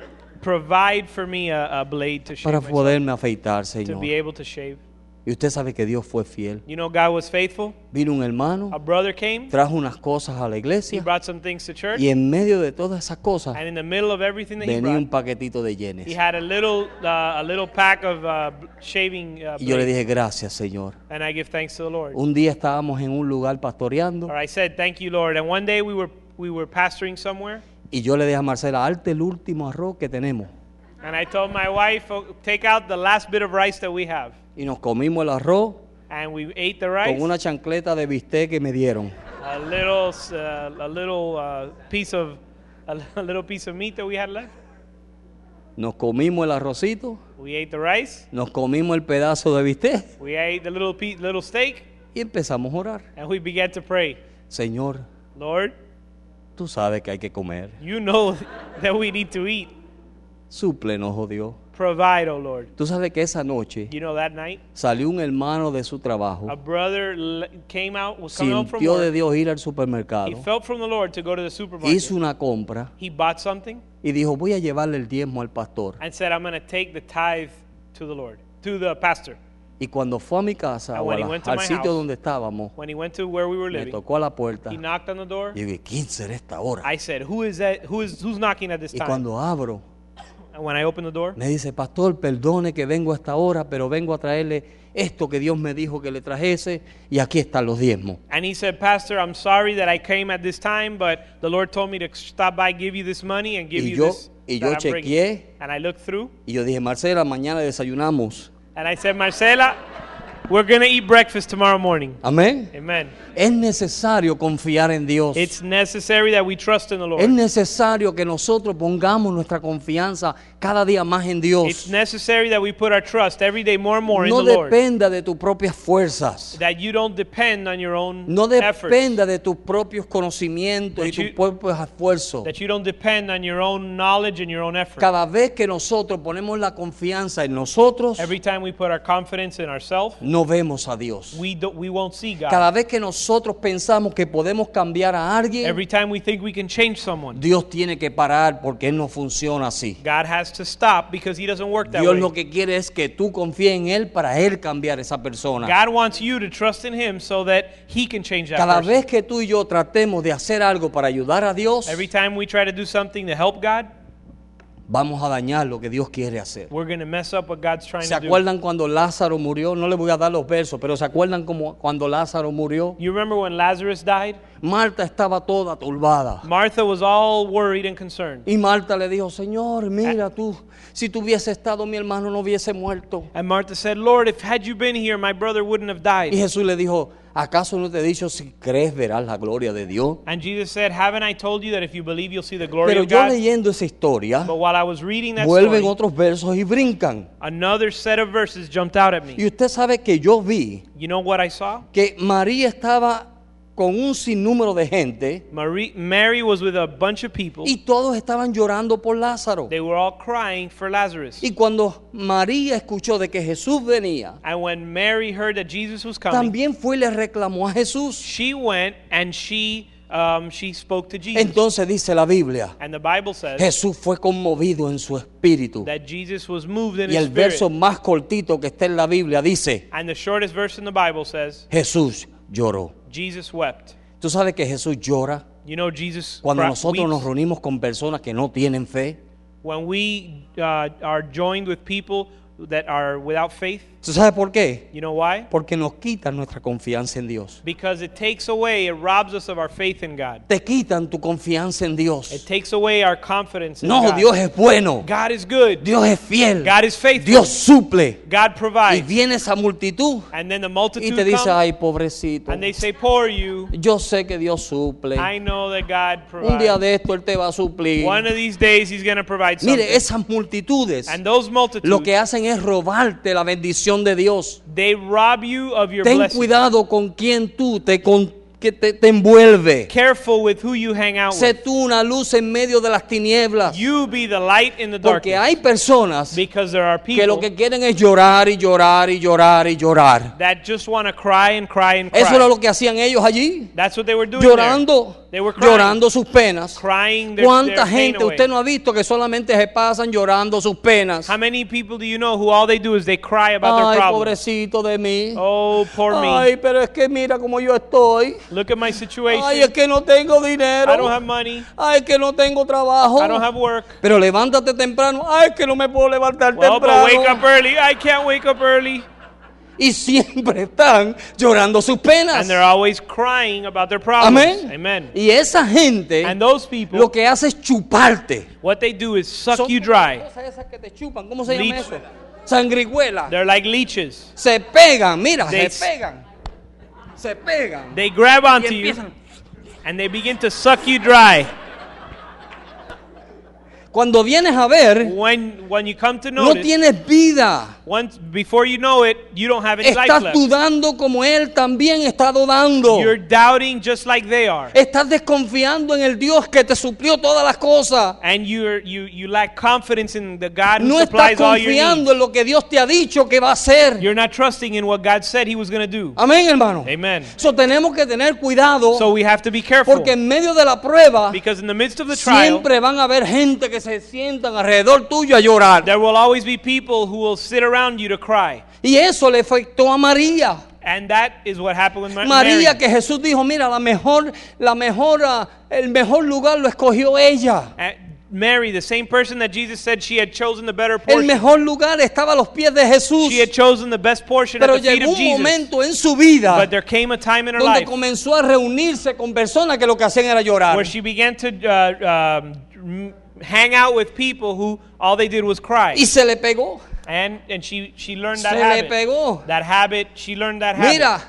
[SPEAKER 2] provide for me a, a blade to shave,
[SPEAKER 1] para
[SPEAKER 2] myself,
[SPEAKER 1] poderme afeitar,
[SPEAKER 2] to
[SPEAKER 1] Señor.
[SPEAKER 2] be able to shave.
[SPEAKER 1] Y usted sabe que Dios fue fiel.
[SPEAKER 2] You know, God was faithful.
[SPEAKER 1] Vino un hermano,
[SPEAKER 2] A brother came,
[SPEAKER 1] trajo unas cosas a la
[SPEAKER 2] he
[SPEAKER 1] iglesia
[SPEAKER 2] brought some things to church,
[SPEAKER 1] y en medio de todas esas cosas
[SPEAKER 2] and in the middle of everything that he
[SPEAKER 1] venía
[SPEAKER 2] brought,
[SPEAKER 1] un paquetito de
[SPEAKER 2] he
[SPEAKER 1] yenes.
[SPEAKER 2] had a little, uh, a little pack of uh, bl- shaving uh,
[SPEAKER 1] Y yo le
[SPEAKER 2] blades.
[SPEAKER 1] dije, gracias, Señor.
[SPEAKER 2] And I give thanks to the Lord.
[SPEAKER 1] Un día estábamos en un lugar pastoreando
[SPEAKER 2] Or I said, "Thank you, Lord." And one day we were we were pastoring somewhere,
[SPEAKER 1] y yo le dije a Marcela, arte el último arroz que tenemos.
[SPEAKER 2] and I told my wife, oh, "Take out the last bit of rice that we have."
[SPEAKER 1] Y nos comimos el arroz
[SPEAKER 2] And we ate the
[SPEAKER 1] con
[SPEAKER 2] rice,
[SPEAKER 1] una chancleta de bistec que me dieron.
[SPEAKER 2] a little uh, a little uh, piece of a li- a little piece of meat that we had left.
[SPEAKER 1] Nos comimos el arrocito,
[SPEAKER 2] We ate the rice,
[SPEAKER 1] nos comimos el pedazo de bistec
[SPEAKER 2] we ate the little pe- little steak,
[SPEAKER 1] y empezamos a orar.
[SPEAKER 2] and we began to pray,
[SPEAKER 1] Señor,
[SPEAKER 2] "Lord,
[SPEAKER 1] tú sabes que hay que comer.
[SPEAKER 2] you know that we need to eat.
[SPEAKER 1] Súplenos, oh Dios.
[SPEAKER 2] Provide, oh Lord."
[SPEAKER 1] Tú sabes que esa noche
[SPEAKER 2] You know that night,
[SPEAKER 1] salió un hermano de su trabajo,
[SPEAKER 2] a brother l- came out was coming home from
[SPEAKER 1] sintió de
[SPEAKER 2] work.
[SPEAKER 1] Dios ir al
[SPEAKER 2] He
[SPEAKER 1] supermercado,
[SPEAKER 2] felt from the Lord to go to the supermarket.
[SPEAKER 1] hizo una compra
[SPEAKER 2] He bought something
[SPEAKER 1] y dijo, voy a llevarle el diezmo al pastor.
[SPEAKER 2] and said, I'm going to take the tithe to the Lord, to the pastor.
[SPEAKER 1] Y cuando fue a mi casa
[SPEAKER 2] And
[SPEAKER 1] o a
[SPEAKER 2] when he
[SPEAKER 1] la-
[SPEAKER 2] went to
[SPEAKER 1] al
[SPEAKER 2] my
[SPEAKER 1] sitio
[SPEAKER 2] house,
[SPEAKER 1] donde estábamos,
[SPEAKER 2] When he went to where we were
[SPEAKER 1] me
[SPEAKER 2] living,
[SPEAKER 1] tocó a la puerta
[SPEAKER 2] he
[SPEAKER 1] y
[SPEAKER 2] knocked on the door.
[SPEAKER 1] dije, ¿quién será esta hora?
[SPEAKER 2] I said, Who is that? Who is who's knocking at this
[SPEAKER 1] Y
[SPEAKER 2] time?
[SPEAKER 1] cuando abro,
[SPEAKER 2] And when I opened the door,
[SPEAKER 1] me dice, pastor, perdone que vengo a esta hora, pero vengo a traerle esto que Dios me dijo que le trajese y aquí están los diezmos.
[SPEAKER 2] and he said, Pastor, I'm sorry that I came at this time, but the Lord told me to stop by, give you this money, and give
[SPEAKER 1] Y
[SPEAKER 2] you
[SPEAKER 1] yo-
[SPEAKER 2] this.
[SPEAKER 1] y
[SPEAKER 2] that
[SPEAKER 1] yo
[SPEAKER 2] I'm bringing."
[SPEAKER 1] chequeé.
[SPEAKER 2] And I looked through,
[SPEAKER 1] Y yo dije, Marcela, mañana desayunamos.
[SPEAKER 2] and I said, Marcela, we're going to eat breakfast tomorrow morning.
[SPEAKER 1] Amén.
[SPEAKER 2] Amen.
[SPEAKER 1] Es necesario confiar en Dios.
[SPEAKER 2] It's necessary that we trust in the Lord.
[SPEAKER 1] Es necesario que nosotros pongamos nuestra confianza cada día más en
[SPEAKER 2] It's
[SPEAKER 1] Dios.
[SPEAKER 2] necessary that we put our trust every day more and more
[SPEAKER 1] No
[SPEAKER 2] in the Lord.
[SPEAKER 1] dependa de tus propias fuerzas.
[SPEAKER 2] That you don't depend on your own
[SPEAKER 1] No
[SPEAKER 2] efforts.
[SPEAKER 1] dependa de tus propios conocimientos y
[SPEAKER 2] That
[SPEAKER 1] tus
[SPEAKER 2] you-
[SPEAKER 1] propios esfuerzos.
[SPEAKER 2] That you don't depend on your own knowledge and your own effort.
[SPEAKER 1] Cada vez que nosotros ponemos la confianza en nosotros,
[SPEAKER 2] Every time we put our confidence in ourselves,
[SPEAKER 1] no vemos a Dios.
[SPEAKER 2] we, don't, we won't see God.
[SPEAKER 1] Cada vez que nosotros pensamos que podemos cambiar a alguien,
[SPEAKER 2] Every time we think we can change someone,
[SPEAKER 1] Dios tiene que parar porque Él no funciona así.
[SPEAKER 2] God has to stop because He doesn't work that
[SPEAKER 1] Dios lo
[SPEAKER 2] way.
[SPEAKER 1] que quiere es que tú confíes en Él para Él cambiar a esa persona.
[SPEAKER 2] God wants you to trust in Him so that He can change that
[SPEAKER 1] Cada
[SPEAKER 2] person.
[SPEAKER 1] vez que tú y yo tratemos de hacer algo para ayudar a Dios,
[SPEAKER 2] Every time we try to do something to help God,
[SPEAKER 1] vamos a dañar lo que Dios quiere hacer.
[SPEAKER 2] we're going to mess up what God's trying
[SPEAKER 1] ¿Se
[SPEAKER 2] to do.
[SPEAKER 1] acuerdan cuando Lázaro murió? No les voy a dar los versos, pero ¿se acuerdan como cuando Lázaro murió?
[SPEAKER 2] You remember when Lazarus died?
[SPEAKER 1] Marta estaba toda turbada.
[SPEAKER 2] Martha was all worried and concerned.
[SPEAKER 1] Y Marta le dijo, Señor, mira tú, si tú hubiese estado mi hermano no hubiese muerto.
[SPEAKER 2] And Martha said, Lord, if had you been here, my brother wouldn't have died.
[SPEAKER 1] Y Jesús le dijo, ¿acaso no te he dicho si crees verás la gloria de Dios?
[SPEAKER 2] And Jesus said, Haven't I told you that if you believe, you'll see the glory
[SPEAKER 1] Pero
[SPEAKER 2] of
[SPEAKER 1] yo
[SPEAKER 2] God?
[SPEAKER 1] leyendo esa historia,
[SPEAKER 2] But while I was reading that
[SPEAKER 1] vuelven
[SPEAKER 2] story,
[SPEAKER 1] otros versos y brincan.
[SPEAKER 2] another set of verses jumped out at me.
[SPEAKER 1] Y usted sabe que yo vi
[SPEAKER 2] You know what I saw?
[SPEAKER 1] que María estaba con un sinnúmero de gente
[SPEAKER 2] Marie, Mary was with a bunch of people.
[SPEAKER 1] y todos estaban llorando por Lázaro.
[SPEAKER 2] They were all crying for Lazarus.
[SPEAKER 1] Y cuando María escuchó de que Jesús venía,
[SPEAKER 2] And when Mary heard that Jesus was coming,
[SPEAKER 1] también fue y le reclamó a Jesús.
[SPEAKER 2] she went and she um, she spoke to Jesus.
[SPEAKER 1] Entonces dice la Biblia,
[SPEAKER 2] And the Bible says
[SPEAKER 1] Jesús fue conmovido en su espíritu.
[SPEAKER 2] that Jesus was moved in
[SPEAKER 1] Y el
[SPEAKER 2] his
[SPEAKER 1] verso
[SPEAKER 2] spirit.
[SPEAKER 1] más cortito que está en la Biblia dice,
[SPEAKER 2] And the shortest verse in the Bible says,
[SPEAKER 1] Jesús lloró.
[SPEAKER 2] Jesus wept.
[SPEAKER 1] ¿Tú sabes que Jesús llora
[SPEAKER 2] You know, Jesus
[SPEAKER 1] cuando
[SPEAKER 2] cri-
[SPEAKER 1] nosotros nos
[SPEAKER 2] weeps.
[SPEAKER 1] reunimos con personas que no tienen fe?
[SPEAKER 2] When we uh, are joined with people that are without faith.
[SPEAKER 1] ¿Tú sabes por qué?
[SPEAKER 2] You know why?
[SPEAKER 1] Porque nos quitan nuestra confianza en Dios.
[SPEAKER 2] Because it takes away, it robs us of our faith in God.
[SPEAKER 1] Te quitan tu confianza en
[SPEAKER 2] It
[SPEAKER 1] Dios.
[SPEAKER 2] takes away our confidence in
[SPEAKER 1] No,
[SPEAKER 2] God.
[SPEAKER 1] Dios es bueno.
[SPEAKER 2] God is good.
[SPEAKER 1] Dios es fiel.
[SPEAKER 2] God is faithful.
[SPEAKER 1] Dios suple.
[SPEAKER 2] God
[SPEAKER 1] Y
[SPEAKER 2] provides.
[SPEAKER 1] viene esa multitud
[SPEAKER 2] and then the
[SPEAKER 1] y
[SPEAKER 2] multitude
[SPEAKER 1] te dice,
[SPEAKER 2] comes,
[SPEAKER 1] ay, pobrecito.
[SPEAKER 2] and they say, "Poor you,
[SPEAKER 1] Yo sé que Dios suple.
[SPEAKER 2] I know that God
[SPEAKER 1] Un día
[SPEAKER 2] provides.
[SPEAKER 1] de esto Él te va a suplir.
[SPEAKER 2] One of these days He's going to provide something."
[SPEAKER 1] Mire, esas multitudes
[SPEAKER 2] and those multitudes,
[SPEAKER 1] lo que hacen es robarte la bendición de Dios.
[SPEAKER 2] they rob you of your
[SPEAKER 1] Ten
[SPEAKER 2] blessing.
[SPEAKER 1] cuidado con quien tú te, con- que te, te envuelve.
[SPEAKER 2] Careful with who you hang out
[SPEAKER 1] Sé tú una luz en medio de las tinieblas.
[SPEAKER 2] with. You be the light in the
[SPEAKER 1] Porque
[SPEAKER 2] darkness.
[SPEAKER 1] hay personas
[SPEAKER 2] because there are
[SPEAKER 1] que
[SPEAKER 2] people
[SPEAKER 1] lo que quieren es llorar y llorar y llorar y llorar.
[SPEAKER 2] that just want to cry and cry and cry.
[SPEAKER 1] Eso era lo que hacían ellos allí.
[SPEAKER 2] That's what they were doing. there.
[SPEAKER 1] Llorando,
[SPEAKER 2] They were crying.
[SPEAKER 1] llorando sus penas.
[SPEAKER 2] Crying their, their
[SPEAKER 1] ¿Cuánta
[SPEAKER 2] pain
[SPEAKER 1] gente
[SPEAKER 2] away.
[SPEAKER 1] usted no ha visto que solamente se pasan llorando sus penas?
[SPEAKER 2] How many people do you know who all they do is they cry about
[SPEAKER 1] Ay,
[SPEAKER 2] their problems?
[SPEAKER 1] pobrecito de mí.
[SPEAKER 2] Oh, poor me.
[SPEAKER 1] Ay, pero es que mira cómo yo estoy.
[SPEAKER 2] Look at my situation.
[SPEAKER 1] Ay, es que no tengo
[SPEAKER 2] I don't
[SPEAKER 1] dinero.
[SPEAKER 2] have money.
[SPEAKER 1] Ay, es que no tengo trabajo.
[SPEAKER 2] I don't have work.
[SPEAKER 1] Pero levántate temprano. Ay, es que no me puedo levantar
[SPEAKER 2] Well, but wake up
[SPEAKER 1] temprano.
[SPEAKER 2] early. I can't wake up early.
[SPEAKER 1] Y siempre están llorando sus penas.
[SPEAKER 2] And they're always crying about their problems.
[SPEAKER 1] Amén.
[SPEAKER 2] Amen.
[SPEAKER 1] Y esa gente
[SPEAKER 2] And those
[SPEAKER 1] lo
[SPEAKER 2] people,
[SPEAKER 1] que hace es chuparte.
[SPEAKER 2] what they do is suck
[SPEAKER 1] Son
[SPEAKER 2] you
[SPEAKER 1] como las
[SPEAKER 2] dry.
[SPEAKER 1] cosas esas que te chupan. ¿Cómo se llama
[SPEAKER 2] Leech.
[SPEAKER 1] eso? Sangrigüela.
[SPEAKER 2] They're like leeches.
[SPEAKER 1] Se pegan, mira,
[SPEAKER 2] They-
[SPEAKER 1] se pegan. Se pegan.
[SPEAKER 2] They grab
[SPEAKER 1] y
[SPEAKER 2] onto you
[SPEAKER 1] empiezan.
[SPEAKER 2] and they begin to suck you dry.
[SPEAKER 1] Cuando vienes a ver,
[SPEAKER 2] When when you come to
[SPEAKER 1] no
[SPEAKER 2] notice,
[SPEAKER 1] tienes vida.
[SPEAKER 2] once before you know it, you don't have any life
[SPEAKER 1] Estás
[SPEAKER 2] left.
[SPEAKER 1] dudando como él también está dudando.
[SPEAKER 2] You're doubting just like they are.
[SPEAKER 1] Estás desconfiando en el Dios que te suplió todas las cosas.
[SPEAKER 2] And you're you you lack confidence in the God who
[SPEAKER 1] No estás
[SPEAKER 2] supplies all your needs.
[SPEAKER 1] confiando en lo que Dios te ha dicho que va a hacer.
[SPEAKER 2] You're not trusting in what God said he was going to do.
[SPEAKER 1] Amén, hermano.
[SPEAKER 2] Amen.
[SPEAKER 1] So, tenemos que tener cuidado
[SPEAKER 2] So we have to be careful
[SPEAKER 1] porque en medio de la prueba
[SPEAKER 2] because in the midst of the trial
[SPEAKER 1] siempre van a haber gente que se sientan alrededor tuyo a llorar.
[SPEAKER 2] there will always be people who will sit around you to cry.
[SPEAKER 1] Y eso le afectó a María.
[SPEAKER 2] And that is what happened with Ma- Mary.
[SPEAKER 1] María que Jesús dijo, mira, la mejor, la mejor, ah, el mejor lugar lo escogió ella.
[SPEAKER 2] And Mary, the same person that Jesus said she had chosen the better
[SPEAKER 1] El
[SPEAKER 2] portion.
[SPEAKER 1] mejor lugar estaba a los pies de Jesús.
[SPEAKER 2] She had chosen the best portion at
[SPEAKER 1] Pero
[SPEAKER 2] the feet
[SPEAKER 1] llegó
[SPEAKER 2] of
[SPEAKER 1] un
[SPEAKER 2] Jesus.
[SPEAKER 1] momento en su vida
[SPEAKER 2] But there came a time in her
[SPEAKER 1] donde
[SPEAKER 2] life
[SPEAKER 1] comenzó a reunirse con personas que lo que hacían era llorar.
[SPEAKER 2] where she began to uh, um, hang out with people who all they did was cry.
[SPEAKER 1] Y se le pegó.
[SPEAKER 2] And and she she learned that
[SPEAKER 1] Se le
[SPEAKER 2] habit.
[SPEAKER 1] pegó.
[SPEAKER 2] That habit, she learned that habit.
[SPEAKER 1] Mira,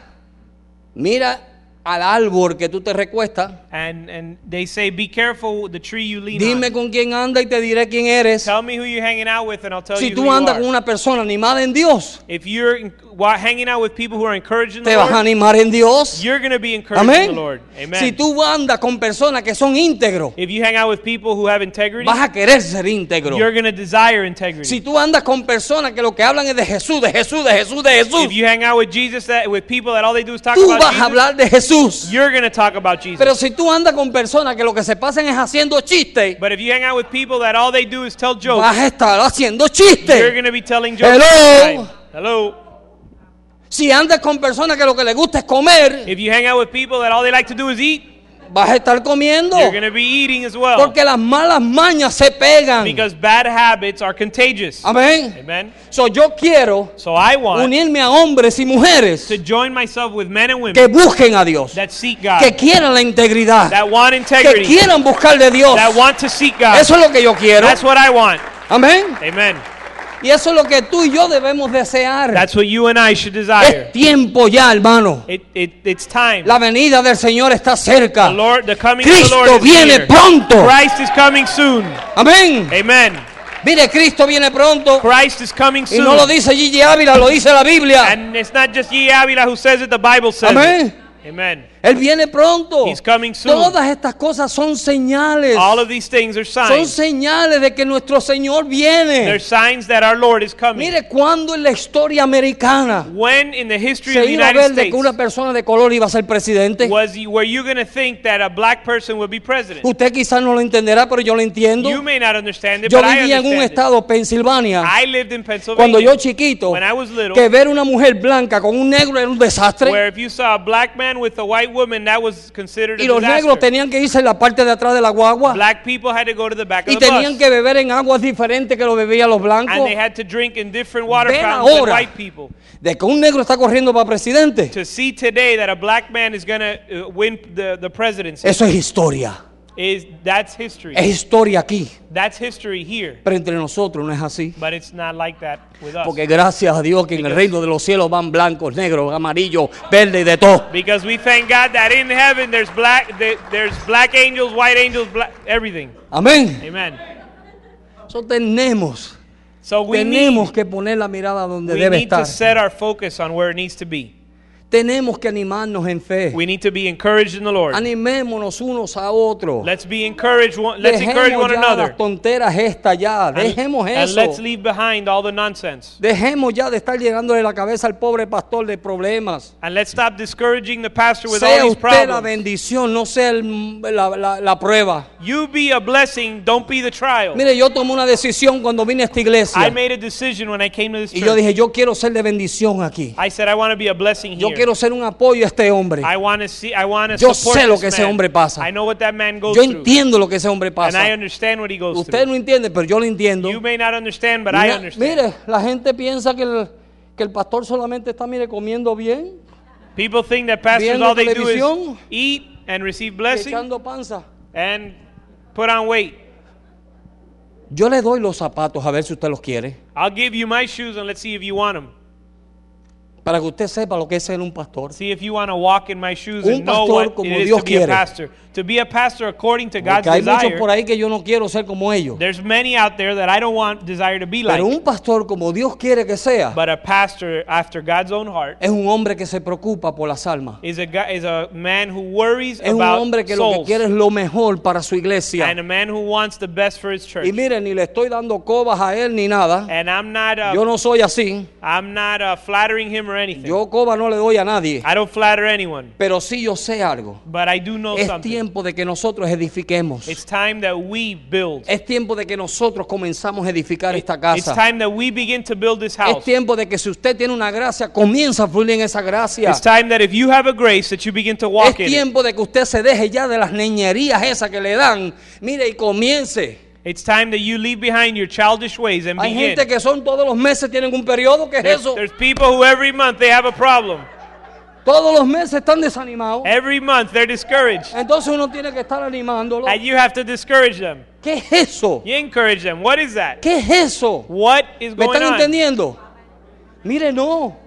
[SPEAKER 1] mira al árbol que tú te recuestas.
[SPEAKER 2] And and they say be careful with the tree you lean on.
[SPEAKER 1] Dime con quién anda y te diré quién eres.
[SPEAKER 2] Tell me who you're hanging out with, and I'll tell
[SPEAKER 1] Si
[SPEAKER 2] you who
[SPEAKER 1] tú andas con
[SPEAKER 2] you are.
[SPEAKER 1] una persona animada en Dios,
[SPEAKER 2] If you're in- wa- hanging out with people who are encouraging
[SPEAKER 1] te
[SPEAKER 2] the
[SPEAKER 1] vas a
[SPEAKER 2] Lord,
[SPEAKER 1] animar en Dios.
[SPEAKER 2] you're going to be encouraging the
[SPEAKER 1] Amén.
[SPEAKER 2] Lord. Amen.
[SPEAKER 1] Si tú andas con personas que son íntegros,
[SPEAKER 2] if you hang out with people who have integrity,
[SPEAKER 1] vas a querer ser íntegro.
[SPEAKER 2] you're going to desire integrity.
[SPEAKER 1] Si tú andas con personas que lo que hablan es de Jesús, de Jesús, de Jesús, de Jesús,
[SPEAKER 2] if you hang out with Jesus, that with people that all they do is talk
[SPEAKER 1] tú
[SPEAKER 2] about
[SPEAKER 1] vas
[SPEAKER 2] Jesus,
[SPEAKER 1] a hablar de Jesús.
[SPEAKER 2] you're going to talk about Jesus.
[SPEAKER 1] Pero si tú andas con personas que lo que se pasan es haciendo chistes,
[SPEAKER 2] but if you hang out with people that all they do is tell jokes,
[SPEAKER 1] vas a estar haciendo
[SPEAKER 2] you're
[SPEAKER 1] chistes.
[SPEAKER 2] going to be telling jokes.
[SPEAKER 1] Hello?
[SPEAKER 2] all the time. Hello.
[SPEAKER 1] Si andas con personas que lo que les gusta es comer,
[SPEAKER 2] If you hang out with people that all they like to do is eat,
[SPEAKER 1] vas a estar comiendo.
[SPEAKER 2] you're going to be eating as well.
[SPEAKER 1] Porque las malas mañas se pegan.
[SPEAKER 2] Because bad habits are contagious.
[SPEAKER 1] Amén.
[SPEAKER 2] Amen.
[SPEAKER 1] So, yo quiero
[SPEAKER 2] So I want
[SPEAKER 1] unirme a hombres y mujeres
[SPEAKER 2] to join myself with men and
[SPEAKER 1] que
[SPEAKER 2] women
[SPEAKER 1] busquen a Dios,
[SPEAKER 2] that seek God,
[SPEAKER 1] que quieran la integridad,
[SPEAKER 2] that want
[SPEAKER 1] que
[SPEAKER 2] integrity,
[SPEAKER 1] quieran buscar de Dios.
[SPEAKER 2] that want to seek God.
[SPEAKER 1] Eso es lo que yo quiero.
[SPEAKER 2] That's what I want.
[SPEAKER 1] Amén.
[SPEAKER 2] Amen.
[SPEAKER 1] Y eso es lo que tú y yo debemos desear.
[SPEAKER 2] That's what you and I should
[SPEAKER 1] Es
[SPEAKER 2] desire.
[SPEAKER 1] tiempo ya, hermano.
[SPEAKER 2] It, it, it's time.
[SPEAKER 1] Eh. La venida del Señor está cerca.
[SPEAKER 2] The Lord, the coming of the
[SPEAKER 1] Cristo
[SPEAKER 2] Lord is
[SPEAKER 1] viene
[SPEAKER 2] here.
[SPEAKER 1] pronto.
[SPEAKER 2] Christ is coming soon.
[SPEAKER 1] Amén.
[SPEAKER 2] Amen.
[SPEAKER 1] Mire, Cristo viene pronto.
[SPEAKER 2] Christ is coming
[SPEAKER 1] Y
[SPEAKER 2] soon.
[SPEAKER 1] no lo dice Gigi Ávila, lo dice la Biblia.
[SPEAKER 2] And it's not just Ye Avila who says it, the Bible says it.
[SPEAKER 1] Amén.
[SPEAKER 2] Amen.
[SPEAKER 1] Él viene pronto.
[SPEAKER 2] He's coming soon.
[SPEAKER 1] Todas estas cosas son señales.
[SPEAKER 2] All of these things are
[SPEAKER 1] Son
[SPEAKER 2] signs.
[SPEAKER 1] señales de que nuestro Señor
[SPEAKER 2] They're
[SPEAKER 1] viene.
[SPEAKER 2] signs that our Lord is coming.
[SPEAKER 1] Mire, cuando en la historia americana
[SPEAKER 2] When in the history of
[SPEAKER 1] se
[SPEAKER 2] the
[SPEAKER 1] iba a ver
[SPEAKER 2] United
[SPEAKER 1] de que una
[SPEAKER 2] States
[SPEAKER 1] persona de color iba a ser presidente.
[SPEAKER 2] was you- were you going to think that a black person would be president?
[SPEAKER 1] Usted quizás no lo entenderá, pero yo lo entiendo.
[SPEAKER 2] You may not understand it,
[SPEAKER 1] Yo
[SPEAKER 2] but I
[SPEAKER 1] vivía en un
[SPEAKER 2] understand. it.
[SPEAKER 1] estado, Pensilvania.
[SPEAKER 2] I lived in
[SPEAKER 1] Cuando yo
[SPEAKER 2] Pennsylvania
[SPEAKER 1] chiquito,
[SPEAKER 2] When I was little,
[SPEAKER 1] que ver una mujer blanca con un negro era un desastre.
[SPEAKER 2] where if you saw a black man with a white white woman, that was considered a
[SPEAKER 1] Y los negros
[SPEAKER 2] disaster.
[SPEAKER 1] tenían que irse en la parte de atrás de la guagua
[SPEAKER 2] Black people had to go to the back
[SPEAKER 1] y
[SPEAKER 2] of the
[SPEAKER 1] tenían
[SPEAKER 2] bus.
[SPEAKER 1] que beber en aguas diferentes que lo bebían los
[SPEAKER 2] and
[SPEAKER 1] blancos.
[SPEAKER 2] they had to drink in different water
[SPEAKER 1] Ven
[SPEAKER 2] fountains than
[SPEAKER 1] ahora.
[SPEAKER 2] white people.
[SPEAKER 1] De que un negro está corriendo para presidente,
[SPEAKER 2] To see today that a black man is going to win the, the presidency
[SPEAKER 1] eso es historia.
[SPEAKER 2] is that's history.
[SPEAKER 1] Es historia aquí.
[SPEAKER 2] That's history here.
[SPEAKER 1] Pero entre nosotros no es así.
[SPEAKER 2] But it's not like that with us.
[SPEAKER 1] Porque gracias a Dios que en el reino de los cielos van blancos, negros, amarillos, verdes y de todo.
[SPEAKER 2] Because we thank God that in heaven there's black there- there's black angels, white angels, black everything.
[SPEAKER 1] Amén.
[SPEAKER 2] Amen.
[SPEAKER 1] Eso tenemos.
[SPEAKER 2] So we
[SPEAKER 1] tenemos
[SPEAKER 2] need,
[SPEAKER 1] que poner la mirada donde
[SPEAKER 2] we
[SPEAKER 1] debe
[SPEAKER 2] need to
[SPEAKER 1] estar.
[SPEAKER 2] set our focus on where it needs to be.
[SPEAKER 1] Tenemos que animarnos en fe.
[SPEAKER 2] We need to be encouraged in the Lord.
[SPEAKER 1] Animémonos unos a otros.
[SPEAKER 2] Let's be encouraged one, let's encourage
[SPEAKER 1] Dejemos
[SPEAKER 2] one
[SPEAKER 1] ya
[SPEAKER 2] another.
[SPEAKER 1] las tonteras estas ya.
[SPEAKER 2] And,
[SPEAKER 1] Dejemos
[SPEAKER 2] and
[SPEAKER 1] eso.
[SPEAKER 2] let's leave behind all the nonsense.
[SPEAKER 1] Dejemos ya de estar llenándole la cabeza al pobre pastor de problemas.
[SPEAKER 2] And let's stop discouraging the pastor with
[SPEAKER 1] Sea
[SPEAKER 2] all these
[SPEAKER 1] usted la
[SPEAKER 2] problems.
[SPEAKER 1] bendición, no sea el- la, la- la prueba.
[SPEAKER 2] You be a blessing, don't be the trial.
[SPEAKER 1] Mire, yo tomé una decisión cuando vine a esta
[SPEAKER 2] I
[SPEAKER 1] iglesia.
[SPEAKER 2] made a decision when I came to this
[SPEAKER 1] Y yo
[SPEAKER 2] church.
[SPEAKER 1] dije, yo quiero ser de bendición aquí.
[SPEAKER 2] I said I want to be a blessing
[SPEAKER 1] Yo
[SPEAKER 2] here.
[SPEAKER 1] quiero ser un apoyo a este hombre.
[SPEAKER 2] I want to see I want to
[SPEAKER 1] Yo
[SPEAKER 2] support
[SPEAKER 1] sé lo
[SPEAKER 2] this
[SPEAKER 1] que ese
[SPEAKER 2] man.
[SPEAKER 1] hombre pasa.
[SPEAKER 2] I know what that man goes
[SPEAKER 1] Yo
[SPEAKER 2] through.
[SPEAKER 1] entiendo lo que ese hombre
[SPEAKER 2] And I
[SPEAKER 1] pasa.
[SPEAKER 2] understand what he goes
[SPEAKER 1] Usted no entiende, pero yo lo entiendo.
[SPEAKER 2] through. You may not understand, but I
[SPEAKER 1] Mira,
[SPEAKER 2] understand.
[SPEAKER 1] mire, la gente piensa que el, que el pastor solamente está, mire, comiendo bien,
[SPEAKER 2] People think that pastors
[SPEAKER 1] Viendo
[SPEAKER 2] all they do
[SPEAKER 1] televisión.
[SPEAKER 2] is eat and receive blessing
[SPEAKER 1] echando panza.
[SPEAKER 2] and put on weight.
[SPEAKER 1] Yo le doy los zapatos a ver si usted los quiere,
[SPEAKER 2] I'll give you my shoes and let's see if you want them.
[SPEAKER 1] para que usted sepa lo que es ser un pastor.
[SPEAKER 2] See if you want to walk in my shoes
[SPEAKER 1] Un
[SPEAKER 2] and know
[SPEAKER 1] pastor
[SPEAKER 2] what
[SPEAKER 1] como
[SPEAKER 2] it is
[SPEAKER 1] Dios
[SPEAKER 2] to be a
[SPEAKER 1] quiere.
[SPEAKER 2] pastor. To be a pastor according to God's
[SPEAKER 1] Porque hay muchos
[SPEAKER 2] desire.
[SPEAKER 1] por ahí que yo no quiero ser como ellos.
[SPEAKER 2] There's many out there that I don't want desire to be like.
[SPEAKER 1] Pero un pastor como Dios quiere que sea,
[SPEAKER 2] But a pastor after God's own heart
[SPEAKER 1] es un hombre que se preocupa por las almas.
[SPEAKER 2] is a guy, is a man who worries
[SPEAKER 1] Es un
[SPEAKER 2] about
[SPEAKER 1] hombre que lo que
[SPEAKER 2] souls
[SPEAKER 1] quiere es lo mejor para su iglesia.
[SPEAKER 2] and a man who wants the best for his church.
[SPEAKER 1] Y mire, ni le estoy dando cobas a él ni nada.
[SPEAKER 2] And I'm not uh,
[SPEAKER 1] Yo no soy así.
[SPEAKER 2] I'm not uh, flattering him or anything.
[SPEAKER 1] Yo coba no le doy a nadie.
[SPEAKER 2] I don't flatter anyone,
[SPEAKER 1] Pero sí yo sé algo.
[SPEAKER 2] but I do know
[SPEAKER 1] Es
[SPEAKER 2] something.
[SPEAKER 1] tiempo de que nosotros edifiquemos.
[SPEAKER 2] It's time that we build.
[SPEAKER 1] Es tiempo de que nosotros comenzamos a edificar esta
[SPEAKER 2] It's
[SPEAKER 1] casa.
[SPEAKER 2] time that we begin to build this
[SPEAKER 1] Es
[SPEAKER 2] house.
[SPEAKER 1] tiempo de que si usted tiene una gracia, comienza a fluir en esa gracia.
[SPEAKER 2] It's time that if you have a grace that you begin to
[SPEAKER 1] Es
[SPEAKER 2] walk in. it.
[SPEAKER 1] tiempo de que usted se deje ya de las niñerías esas que le dan. Mire y comience.
[SPEAKER 2] It's time that you leave behind your childish ways and
[SPEAKER 1] Hay
[SPEAKER 2] begin.
[SPEAKER 1] gente que son todos los meses tienen un periodo que es
[SPEAKER 2] There's,
[SPEAKER 1] eso.
[SPEAKER 2] there's people who every month they have a problem.
[SPEAKER 1] Todos los meses están desanimados.
[SPEAKER 2] Every month they're discouraged.
[SPEAKER 1] Entonces uno tiene que estar animándolo.
[SPEAKER 2] And you have to discourage them.
[SPEAKER 1] ¿Qué es eso?
[SPEAKER 2] You encourage them. What is that?
[SPEAKER 1] ¿Qué es eso?
[SPEAKER 2] What is
[SPEAKER 1] ¿Me
[SPEAKER 2] going
[SPEAKER 1] están
[SPEAKER 2] on?
[SPEAKER 1] entendiendo? Mire, no.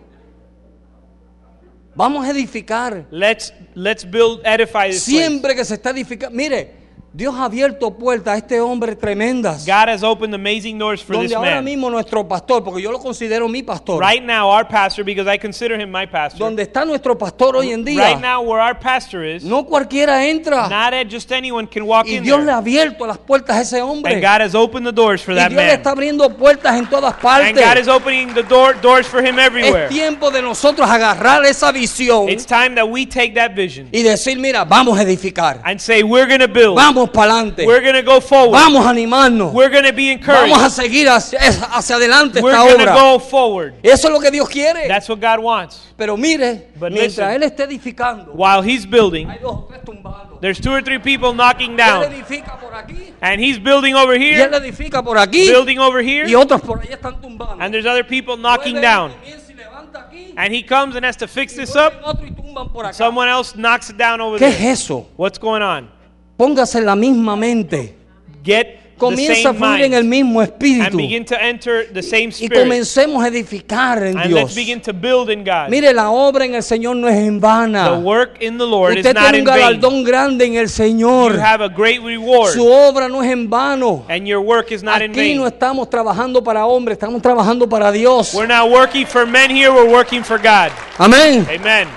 [SPEAKER 1] Vamos a edificar.
[SPEAKER 2] Let's let's build edify this place.
[SPEAKER 1] Siempre que se está edificando. Mire, Dios ha abierto puertas a este hombre tremendas.
[SPEAKER 2] God has opened amazing doors for this
[SPEAKER 1] Donde ahora
[SPEAKER 2] man.
[SPEAKER 1] mismo nuestro pastor, porque yo lo considero mi pastor.
[SPEAKER 2] Right now, our pastor, because I consider him my pastor.
[SPEAKER 1] Donde está nuestro pastor hoy en
[SPEAKER 2] Right
[SPEAKER 1] día.
[SPEAKER 2] now, where our pastor is,
[SPEAKER 1] No cualquiera entra.
[SPEAKER 2] not at just anyone can walk
[SPEAKER 1] Y
[SPEAKER 2] in
[SPEAKER 1] Dios le ha
[SPEAKER 2] there.
[SPEAKER 1] abierto las puertas a ese
[SPEAKER 2] And
[SPEAKER 1] hombre.
[SPEAKER 2] God has opened the doors for
[SPEAKER 1] Y
[SPEAKER 2] that
[SPEAKER 1] Dios le
[SPEAKER 2] man.
[SPEAKER 1] está abriendo puertas en todas
[SPEAKER 2] And God is
[SPEAKER 1] partes.
[SPEAKER 2] opening the door doors for him
[SPEAKER 1] Es
[SPEAKER 2] everywhere.
[SPEAKER 1] tiempo de nosotros agarrar esa visión
[SPEAKER 2] It's time that we take that vision
[SPEAKER 1] y decir, mira, vamos a edificar.
[SPEAKER 2] and say, we're going to build.
[SPEAKER 1] Vamos para adelante.
[SPEAKER 2] We're going to go forward.
[SPEAKER 1] Vamos a animarnos.
[SPEAKER 2] We're going to be
[SPEAKER 1] Vamos a
[SPEAKER 2] encouraged.
[SPEAKER 1] seguir hacia, es- hacia adelante
[SPEAKER 2] We're
[SPEAKER 1] esta
[SPEAKER 2] going to
[SPEAKER 1] obra.
[SPEAKER 2] go forward.
[SPEAKER 1] Eso es lo que Dios quiere.
[SPEAKER 2] That's what God wants.
[SPEAKER 1] Pero mire,
[SPEAKER 2] But
[SPEAKER 1] mientras
[SPEAKER 2] listen.
[SPEAKER 1] Él esté edificando,
[SPEAKER 2] While he's building,
[SPEAKER 1] hay dos o tres tumbados.
[SPEAKER 2] there's two or three people knocking
[SPEAKER 1] Él
[SPEAKER 2] down.
[SPEAKER 1] edifica por aquí,
[SPEAKER 2] And he's building over
[SPEAKER 1] y Él
[SPEAKER 2] here,
[SPEAKER 1] edifica por aquí,
[SPEAKER 2] building over
[SPEAKER 1] y
[SPEAKER 2] here,
[SPEAKER 1] otros por ahí están tumbando.
[SPEAKER 2] and there's other people
[SPEAKER 1] Vuelve
[SPEAKER 2] knocking
[SPEAKER 1] él
[SPEAKER 2] down.
[SPEAKER 1] comienza y levanta aquí,
[SPEAKER 2] And he comes and has to fix
[SPEAKER 1] y
[SPEAKER 2] this
[SPEAKER 1] vuelven
[SPEAKER 2] up.
[SPEAKER 1] otro y tumban por acá.
[SPEAKER 2] Someone else knocks it down over
[SPEAKER 1] ¿Qué es
[SPEAKER 2] there.
[SPEAKER 1] eso?
[SPEAKER 2] What's going on?
[SPEAKER 1] Póngase en la misma mente.
[SPEAKER 2] Get the
[SPEAKER 1] Comienza a
[SPEAKER 2] same
[SPEAKER 1] fluir en el
[SPEAKER 2] mind
[SPEAKER 1] mismo
[SPEAKER 2] and
[SPEAKER 1] espíritu.
[SPEAKER 2] begin to enter the same
[SPEAKER 1] Y
[SPEAKER 2] spirit.
[SPEAKER 1] comencemos a edificar en
[SPEAKER 2] And
[SPEAKER 1] Dios.
[SPEAKER 2] let's begin to build in God.
[SPEAKER 1] Mire, la obra en el Señor no es en
[SPEAKER 2] The
[SPEAKER 1] vana.
[SPEAKER 2] work in the Lord is
[SPEAKER 1] Usted
[SPEAKER 2] not
[SPEAKER 1] tiene
[SPEAKER 2] in
[SPEAKER 1] un
[SPEAKER 2] vain.
[SPEAKER 1] galardón grande en el
[SPEAKER 2] You
[SPEAKER 1] Señor.
[SPEAKER 2] have a great reward,
[SPEAKER 1] Su obra no es en vano.
[SPEAKER 2] and your work is not in
[SPEAKER 1] Aquí no
[SPEAKER 2] vain.
[SPEAKER 1] estamos trabajando para hombres, estamos trabajando para Dios.
[SPEAKER 2] We're not working for men here, we're working for God.
[SPEAKER 1] Amén.
[SPEAKER 2] Amen.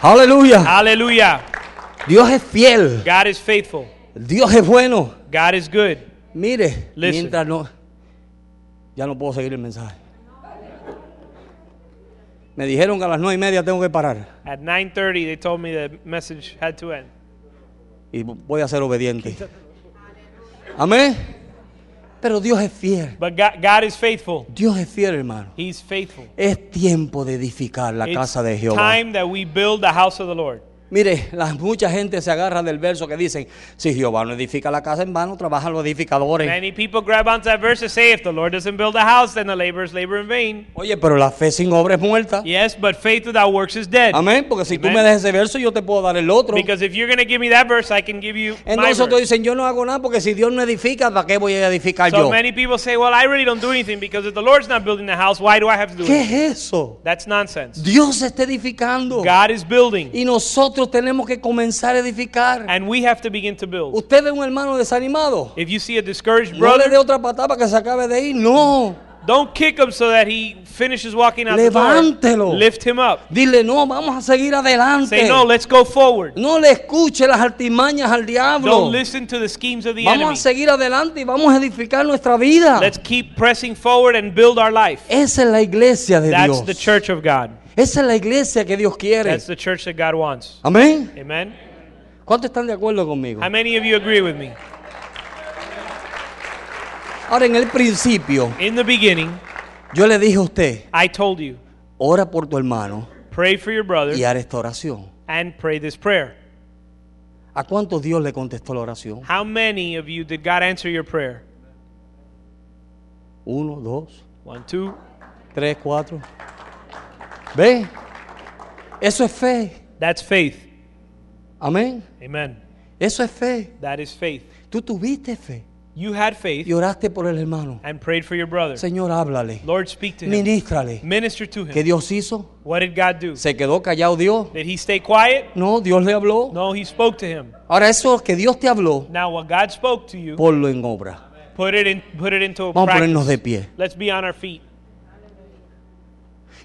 [SPEAKER 2] Ah.
[SPEAKER 1] Aleluya.
[SPEAKER 2] Hallelujah.
[SPEAKER 1] Dios es fiel.
[SPEAKER 2] God is faithful.
[SPEAKER 1] Dios es bueno.
[SPEAKER 2] God is good.
[SPEAKER 1] Mire,
[SPEAKER 2] Listen.
[SPEAKER 1] mientras no... Ya no puedo seguir el mensaje. Me dijeron que a las nueve y media tengo que parar.
[SPEAKER 2] At 9:30 they told me the message had to end.
[SPEAKER 1] Y voy a ser obediente. Amén. Pero Dios es fiel.
[SPEAKER 2] But God, God is faithful.
[SPEAKER 1] Dios es fiel, hermano.
[SPEAKER 2] He's faithful.
[SPEAKER 1] Es tiempo de edificar la
[SPEAKER 2] It's
[SPEAKER 1] casa de Jehová.
[SPEAKER 2] time that we build the house of the Lord.
[SPEAKER 1] Mire, la, mucha gente se agarra del verso que dicen, si Jehová no edifica la casa en vano, trabajan los edificadores.
[SPEAKER 2] Many people grab onto that verse and say, if the Lord doesn't build a house, then the laborers labor in vain.
[SPEAKER 1] Oye, pero la fe sin obra es muerta.
[SPEAKER 2] Yes, but faith without works is dead.
[SPEAKER 1] Amén, porque si tú
[SPEAKER 2] Amén.
[SPEAKER 1] me das ese verso, yo te puedo dar el otro.
[SPEAKER 2] Because if you're going to give me that verse, I can give you my
[SPEAKER 1] Entonces otros
[SPEAKER 2] verse.
[SPEAKER 1] dicen, yo no hago nada porque si Dios no edifica, ¿para qué voy a edificar
[SPEAKER 2] So
[SPEAKER 1] yo?
[SPEAKER 2] many people say, well, I really don't do anything because if the Lord's not building the house, why do I have to do
[SPEAKER 1] ¿Qué
[SPEAKER 2] it?
[SPEAKER 1] es eso?
[SPEAKER 2] That's nonsense.
[SPEAKER 1] Dios está edificando.
[SPEAKER 2] God is building,
[SPEAKER 1] Y nosotros tenemos que comenzar a edificar.
[SPEAKER 2] and we have to begin to build.
[SPEAKER 1] Usted ve un hermano desanimado.
[SPEAKER 2] If you see a discouraged
[SPEAKER 1] No le dé
[SPEAKER 2] brother,
[SPEAKER 1] otra patada para que se acabe de ir. No.
[SPEAKER 2] don't kick him so that he finishes walking out the door.
[SPEAKER 1] Levántelo.
[SPEAKER 2] Lift him up.
[SPEAKER 1] Dile, no, vamos a seguir adelante.
[SPEAKER 2] Say, no, let's go forward.
[SPEAKER 1] No le escuche las artimañas al diablo.
[SPEAKER 2] Don't listen to the schemes of the
[SPEAKER 1] Vamos a
[SPEAKER 2] enemy.
[SPEAKER 1] seguir adelante y vamos a edificar nuestra vida.
[SPEAKER 2] Let's keep pressing forward and build our life.
[SPEAKER 1] Esa es la iglesia de
[SPEAKER 2] That's
[SPEAKER 1] Dios.
[SPEAKER 2] the church of God.
[SPEAKER 1] Esa es la iglesia que Dios quiere.
[SPEAKER 2] That's the church that God wants.
[SPEAKER 1] Amén.
[SPEAKER 2] Amen.
[SPEAKER 1] ¿Cuántos están de acuerdo conmigo?
[SPEAKER 2] How many of you agree with me?
[SPEAKER 1] Ahora, en el principio,
[SPEAKER 2] In the beginning,
[SPEAKER 1] yo le dije a usted,
[SPEAKER 2] I told you,
[SPEAKER 1] ora por tu hermano
[SPEAKER 2] pray for your
[SPEAKER 1] y
[SPEAKER 2] brother
[SPEAKER 1] haré esta oración.
[SPEAKER 2] and pray this prayer.
[SPEAKER 1] ¿A cuántos Dios le contestó la oración?
[SPEAKER 2] How many of you did God answer your prayer?
[SPEAKER 1] Uno, dos,
[SPEAKER 2] One, two.
[SPEAKER 1] tres, cuatro. ¿Ve? Eso es fe.
[SPEAKER 2] That's faith.
[SPEAKER 1] Amén.
[SPEAKER 2] Amen.
[SPEAKER 1] Eso es fe.
[SPEAKER 2] That is faith.
[SPEAKER 1] Tú tuviste fe
[SPEAKER 2] You had faith
[SPEAKER 1] y oraste por el hermano.
[SPEAKER 2] and prayed for your brother.
[SPEAKER 1] Señor, háblale.
[SPEAKER 2] Lord, speak to him.
[SPEAKER 1] Ministrale.
[SPEAKER 2] Minister to
[SPEAKER 1] ¿Qué
[SPEAKER 2] him.
[SPEAKER 1] Dios hizo?
[SPEAKER 2] What did God do?
[SPEAKER 1] ¿Se quedó callado Dios?
[SPEAKER 2] Did he stay quiet?
[SPEAKER 1] No, Dios le habló.
[SPEAKER 2] No, he spoke to him.
[SPEAKER 1] Ahora eso que Dios te habló,
[SPEAKER 2] Now, what God spoke to you,
[SPEAKER 1] ponlo en obra.
[SPEAKER 2] put it in, put it into a
[SPEAKER 1] Vamos a ponernos de
[SPEAKER 2] practice.
[SPEAKER 1] pie.
[SPEAKER 2] Let's be on our feet.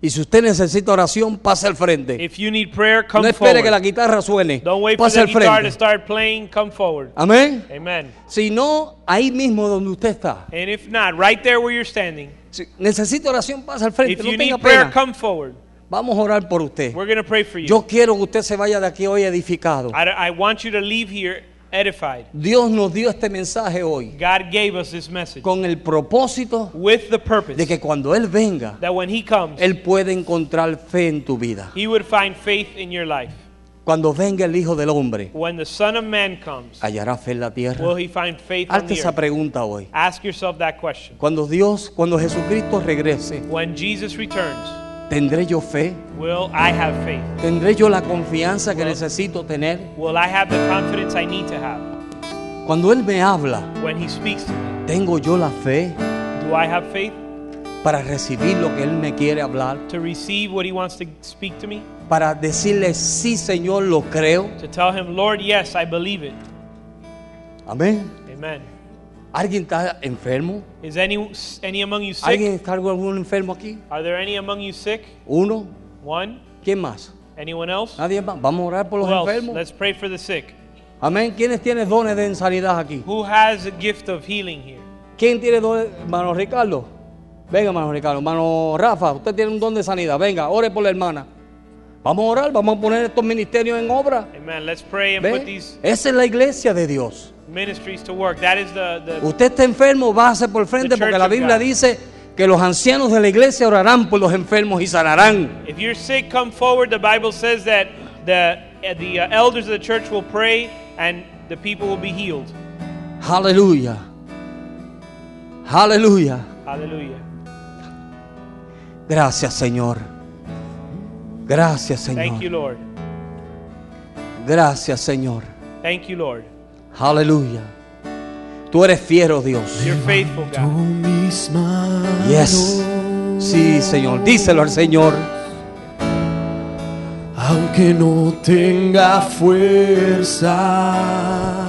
[SPEAKER 1] Y si usted necesita oración, pase al frente.
[SPEAKER 2] If you need prayer, come
[SPEAKER 1] No espere que la
[SPEAKER 2] forward.
[SPEAKER 1] guitarra suene.
[SPEAKER 2] Don't wait for
[SPEAKER 1] Pase
[SPEAKER 2] the
[SPEAKER 1] al
[SPEAKER 2] guitar to
[SPEAKER 1] frente.
[SPEAKER 2] start playing. Come forward.
[SPEAKER 1] Amén.
[SPEAKER 2] Amen.
[SPEAKER 1] Si no, ahí mismo donde usted está.
[SPEAKER 2] And if not, right there where you're standing.
[SPEAKER 1] Si necesita oración, pase al frente.
[SPEAKER 2] If
[SPEAKER 1] no
[SPEAKER 2] you
[SPEAKER 1] tenga
[SPEAKER 2] need prayer,
[SPEAKER 1] pena.
[SPEAKER 2] come forward.
[SPEAKER 1] Vamos a orar por usted.
[SPEAKER 2] We're going to pray for you.
[SPEAKER 1] Yo quiero que usted se vaya de aquí hoy edificado.
[SPEAKER 2] I, I want you to leave here edified.
[SPEAKER 1] Dios nos dio este mensaje hoy
[SPEAKER 2] God gave us this message
[SPEAKER 1] con el propósito
[SPEAKER 2] with the purpose
[SPEAKER 1] de que cuando Él venga,
[SPEAKER 2] that when He comes,
[SPEAKER 1] Él puede encontrar fe en tu vida.
[SPEAKER 2] He would find faith in your life.
[SPEAKER 1] Cuando venga el Hijo del Hombre,
[SPEAKER 2] When the Son of Man comes,
[SPEAKER 1] hallará fe en la tierra.
[SPEAKER 2] will He find faith on
[SPEAKER 1] Hazte
[SPEAKER 2] the
[SPEAKER 1] esa
[SPEAKER 2] earth?
[SPEAKER 1] pregunta hoy.
[SPEAKER 2] Ask yourself that question.
[SPEAKER 1] Cuando Dios, cuando Jesucristo regrese,
[SPEAKER 2] When Jesus returns,
[SPEAKER 1] ¿tendré yo fe?
[SPEAKER 2] will I have faith?
[SPEAKER 1] ¿Tendré yo la confianza que
[SPEAKER 2] Well-
[SPEAKER 1] necesito tener?
[SPEAKER 2] Will I have the confidence I need to have?
[SPEAKER 1] Cuando Él me habla,
[SPEAKER 2] When He speaks to me,
[SPEAKER 1] ¿tengo yo la fe
[SPEAKER 2] do I have faith
[SPEAKER 1] para recibir lo que Él me quiere hablar?
[SPEAKER 2] to receive what He wants to speak to me?
[SPEAKER 1] Para decirle, sí Señor, lo creo.
[SPEAKER 2] To tell Him, Lord, yes, I believe it.
[SPEAKER 1] Amén.
[SPEAKER 2] Amen.
[SPEAKER 1] ¿Alguien está enfermo?
[SPEAKER 2] Is any any among you sick?
[SPEAKER 1] ¿Alguien está algún enfermo aquí?
[SPEAKER 2] Are there any among you sick?
[SPEAKER 1] ¿Uno?
[SPEAKER 2] One?
[SPEAKER 1] ¿Quién más?
[SPEAKER 2] Anyone else?
[SPEAKER 1] ¿Nadie más? Vamos a orar por los
[SPEAKER 2] Who else?
[SPEAKER 1] enfermos.
[SPEAKER 2] Let's pray for the sick.
[SPEAKER 1] Amén. ¿Quiénes tienen dones de sanidad aquí?
[SPEAKER 2] Who has a gift of healing here?
[SPEAKER 1] ¿Quién tiene don, hermano Ricardo? Venga, hermano Ricardo. Hermano Rafa, usted tiene un don de sanidad. Venga, ore por la hermana. Vamos a orar, vamos a poner estos ministerios en obra.
[SPEAKER 2] Amen. Let's pray and put
[SPEAKER 1] ¿Ve?
[SPEAKER 2] these
[SPEAKER 1] Esa es la iglesia de Dios.
[SPEAKER 2] ministries to work. That is the, the
[SPEAKER 1] Usted está enfermo, váyase por el frente
[SPEAKER 2] The church
[SPEAKER 1] porque la
[SPEAKER 2] of
[SPEAKER 1] Biblia
[SPEAKER 2] God.
[SPEAKER 1] dice que los ancianos de la iglesia orarán por los enfermos y sanarán.
[SPEAKER 2] if you're sick, come forward. The Bible says that the uh, the uh, elders of the church will pray and the people will be healed.
[SPEAKER 1] Aleluya. Aleluya.
[SPEAKER 2] Hallelujah.
[SPEAKER 1] Gracias, Señor. Gracias,
[SPEAKER 2] Thank you,
[SPEAKER 1] Señor.
[SPEAKER 2] Lord.
[SPEAKER 1] Gracias, Señor.
[SPEAKER 2] Thank you, Lord.
[SPEAKER 1] Aleluya. Tú eres fiero, Dios.
[SPEAKER 2] You're faithful, God.
[SPEAKER 1] Yes. Sí, Señor. Díselo al Señor.
[SPEAKER 3] aunque no tenga fuerza.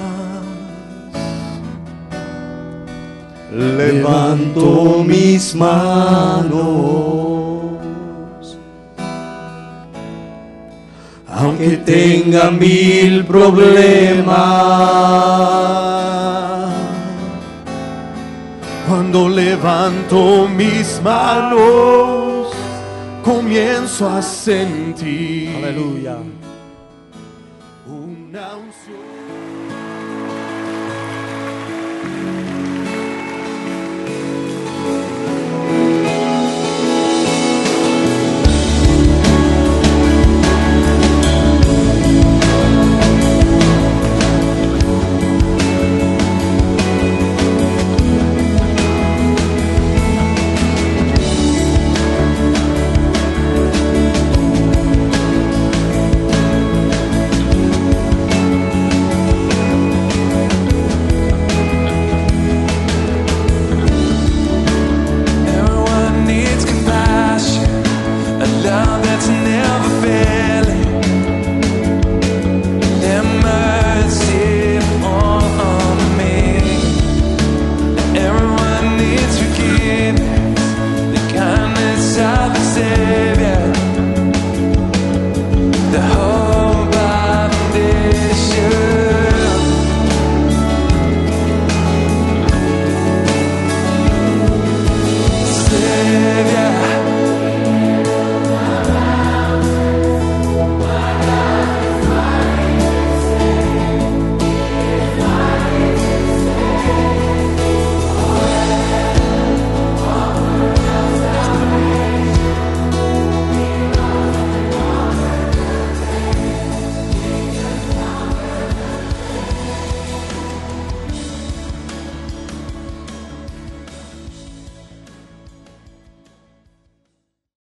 [SPEAKER 3] Levanto mis manos, aunque tenga mil problemas. Cuando levanto mis manos, comienzo a sentir
[SPEAKER 1] Aleluya.
[SPEAKER 3] una unción.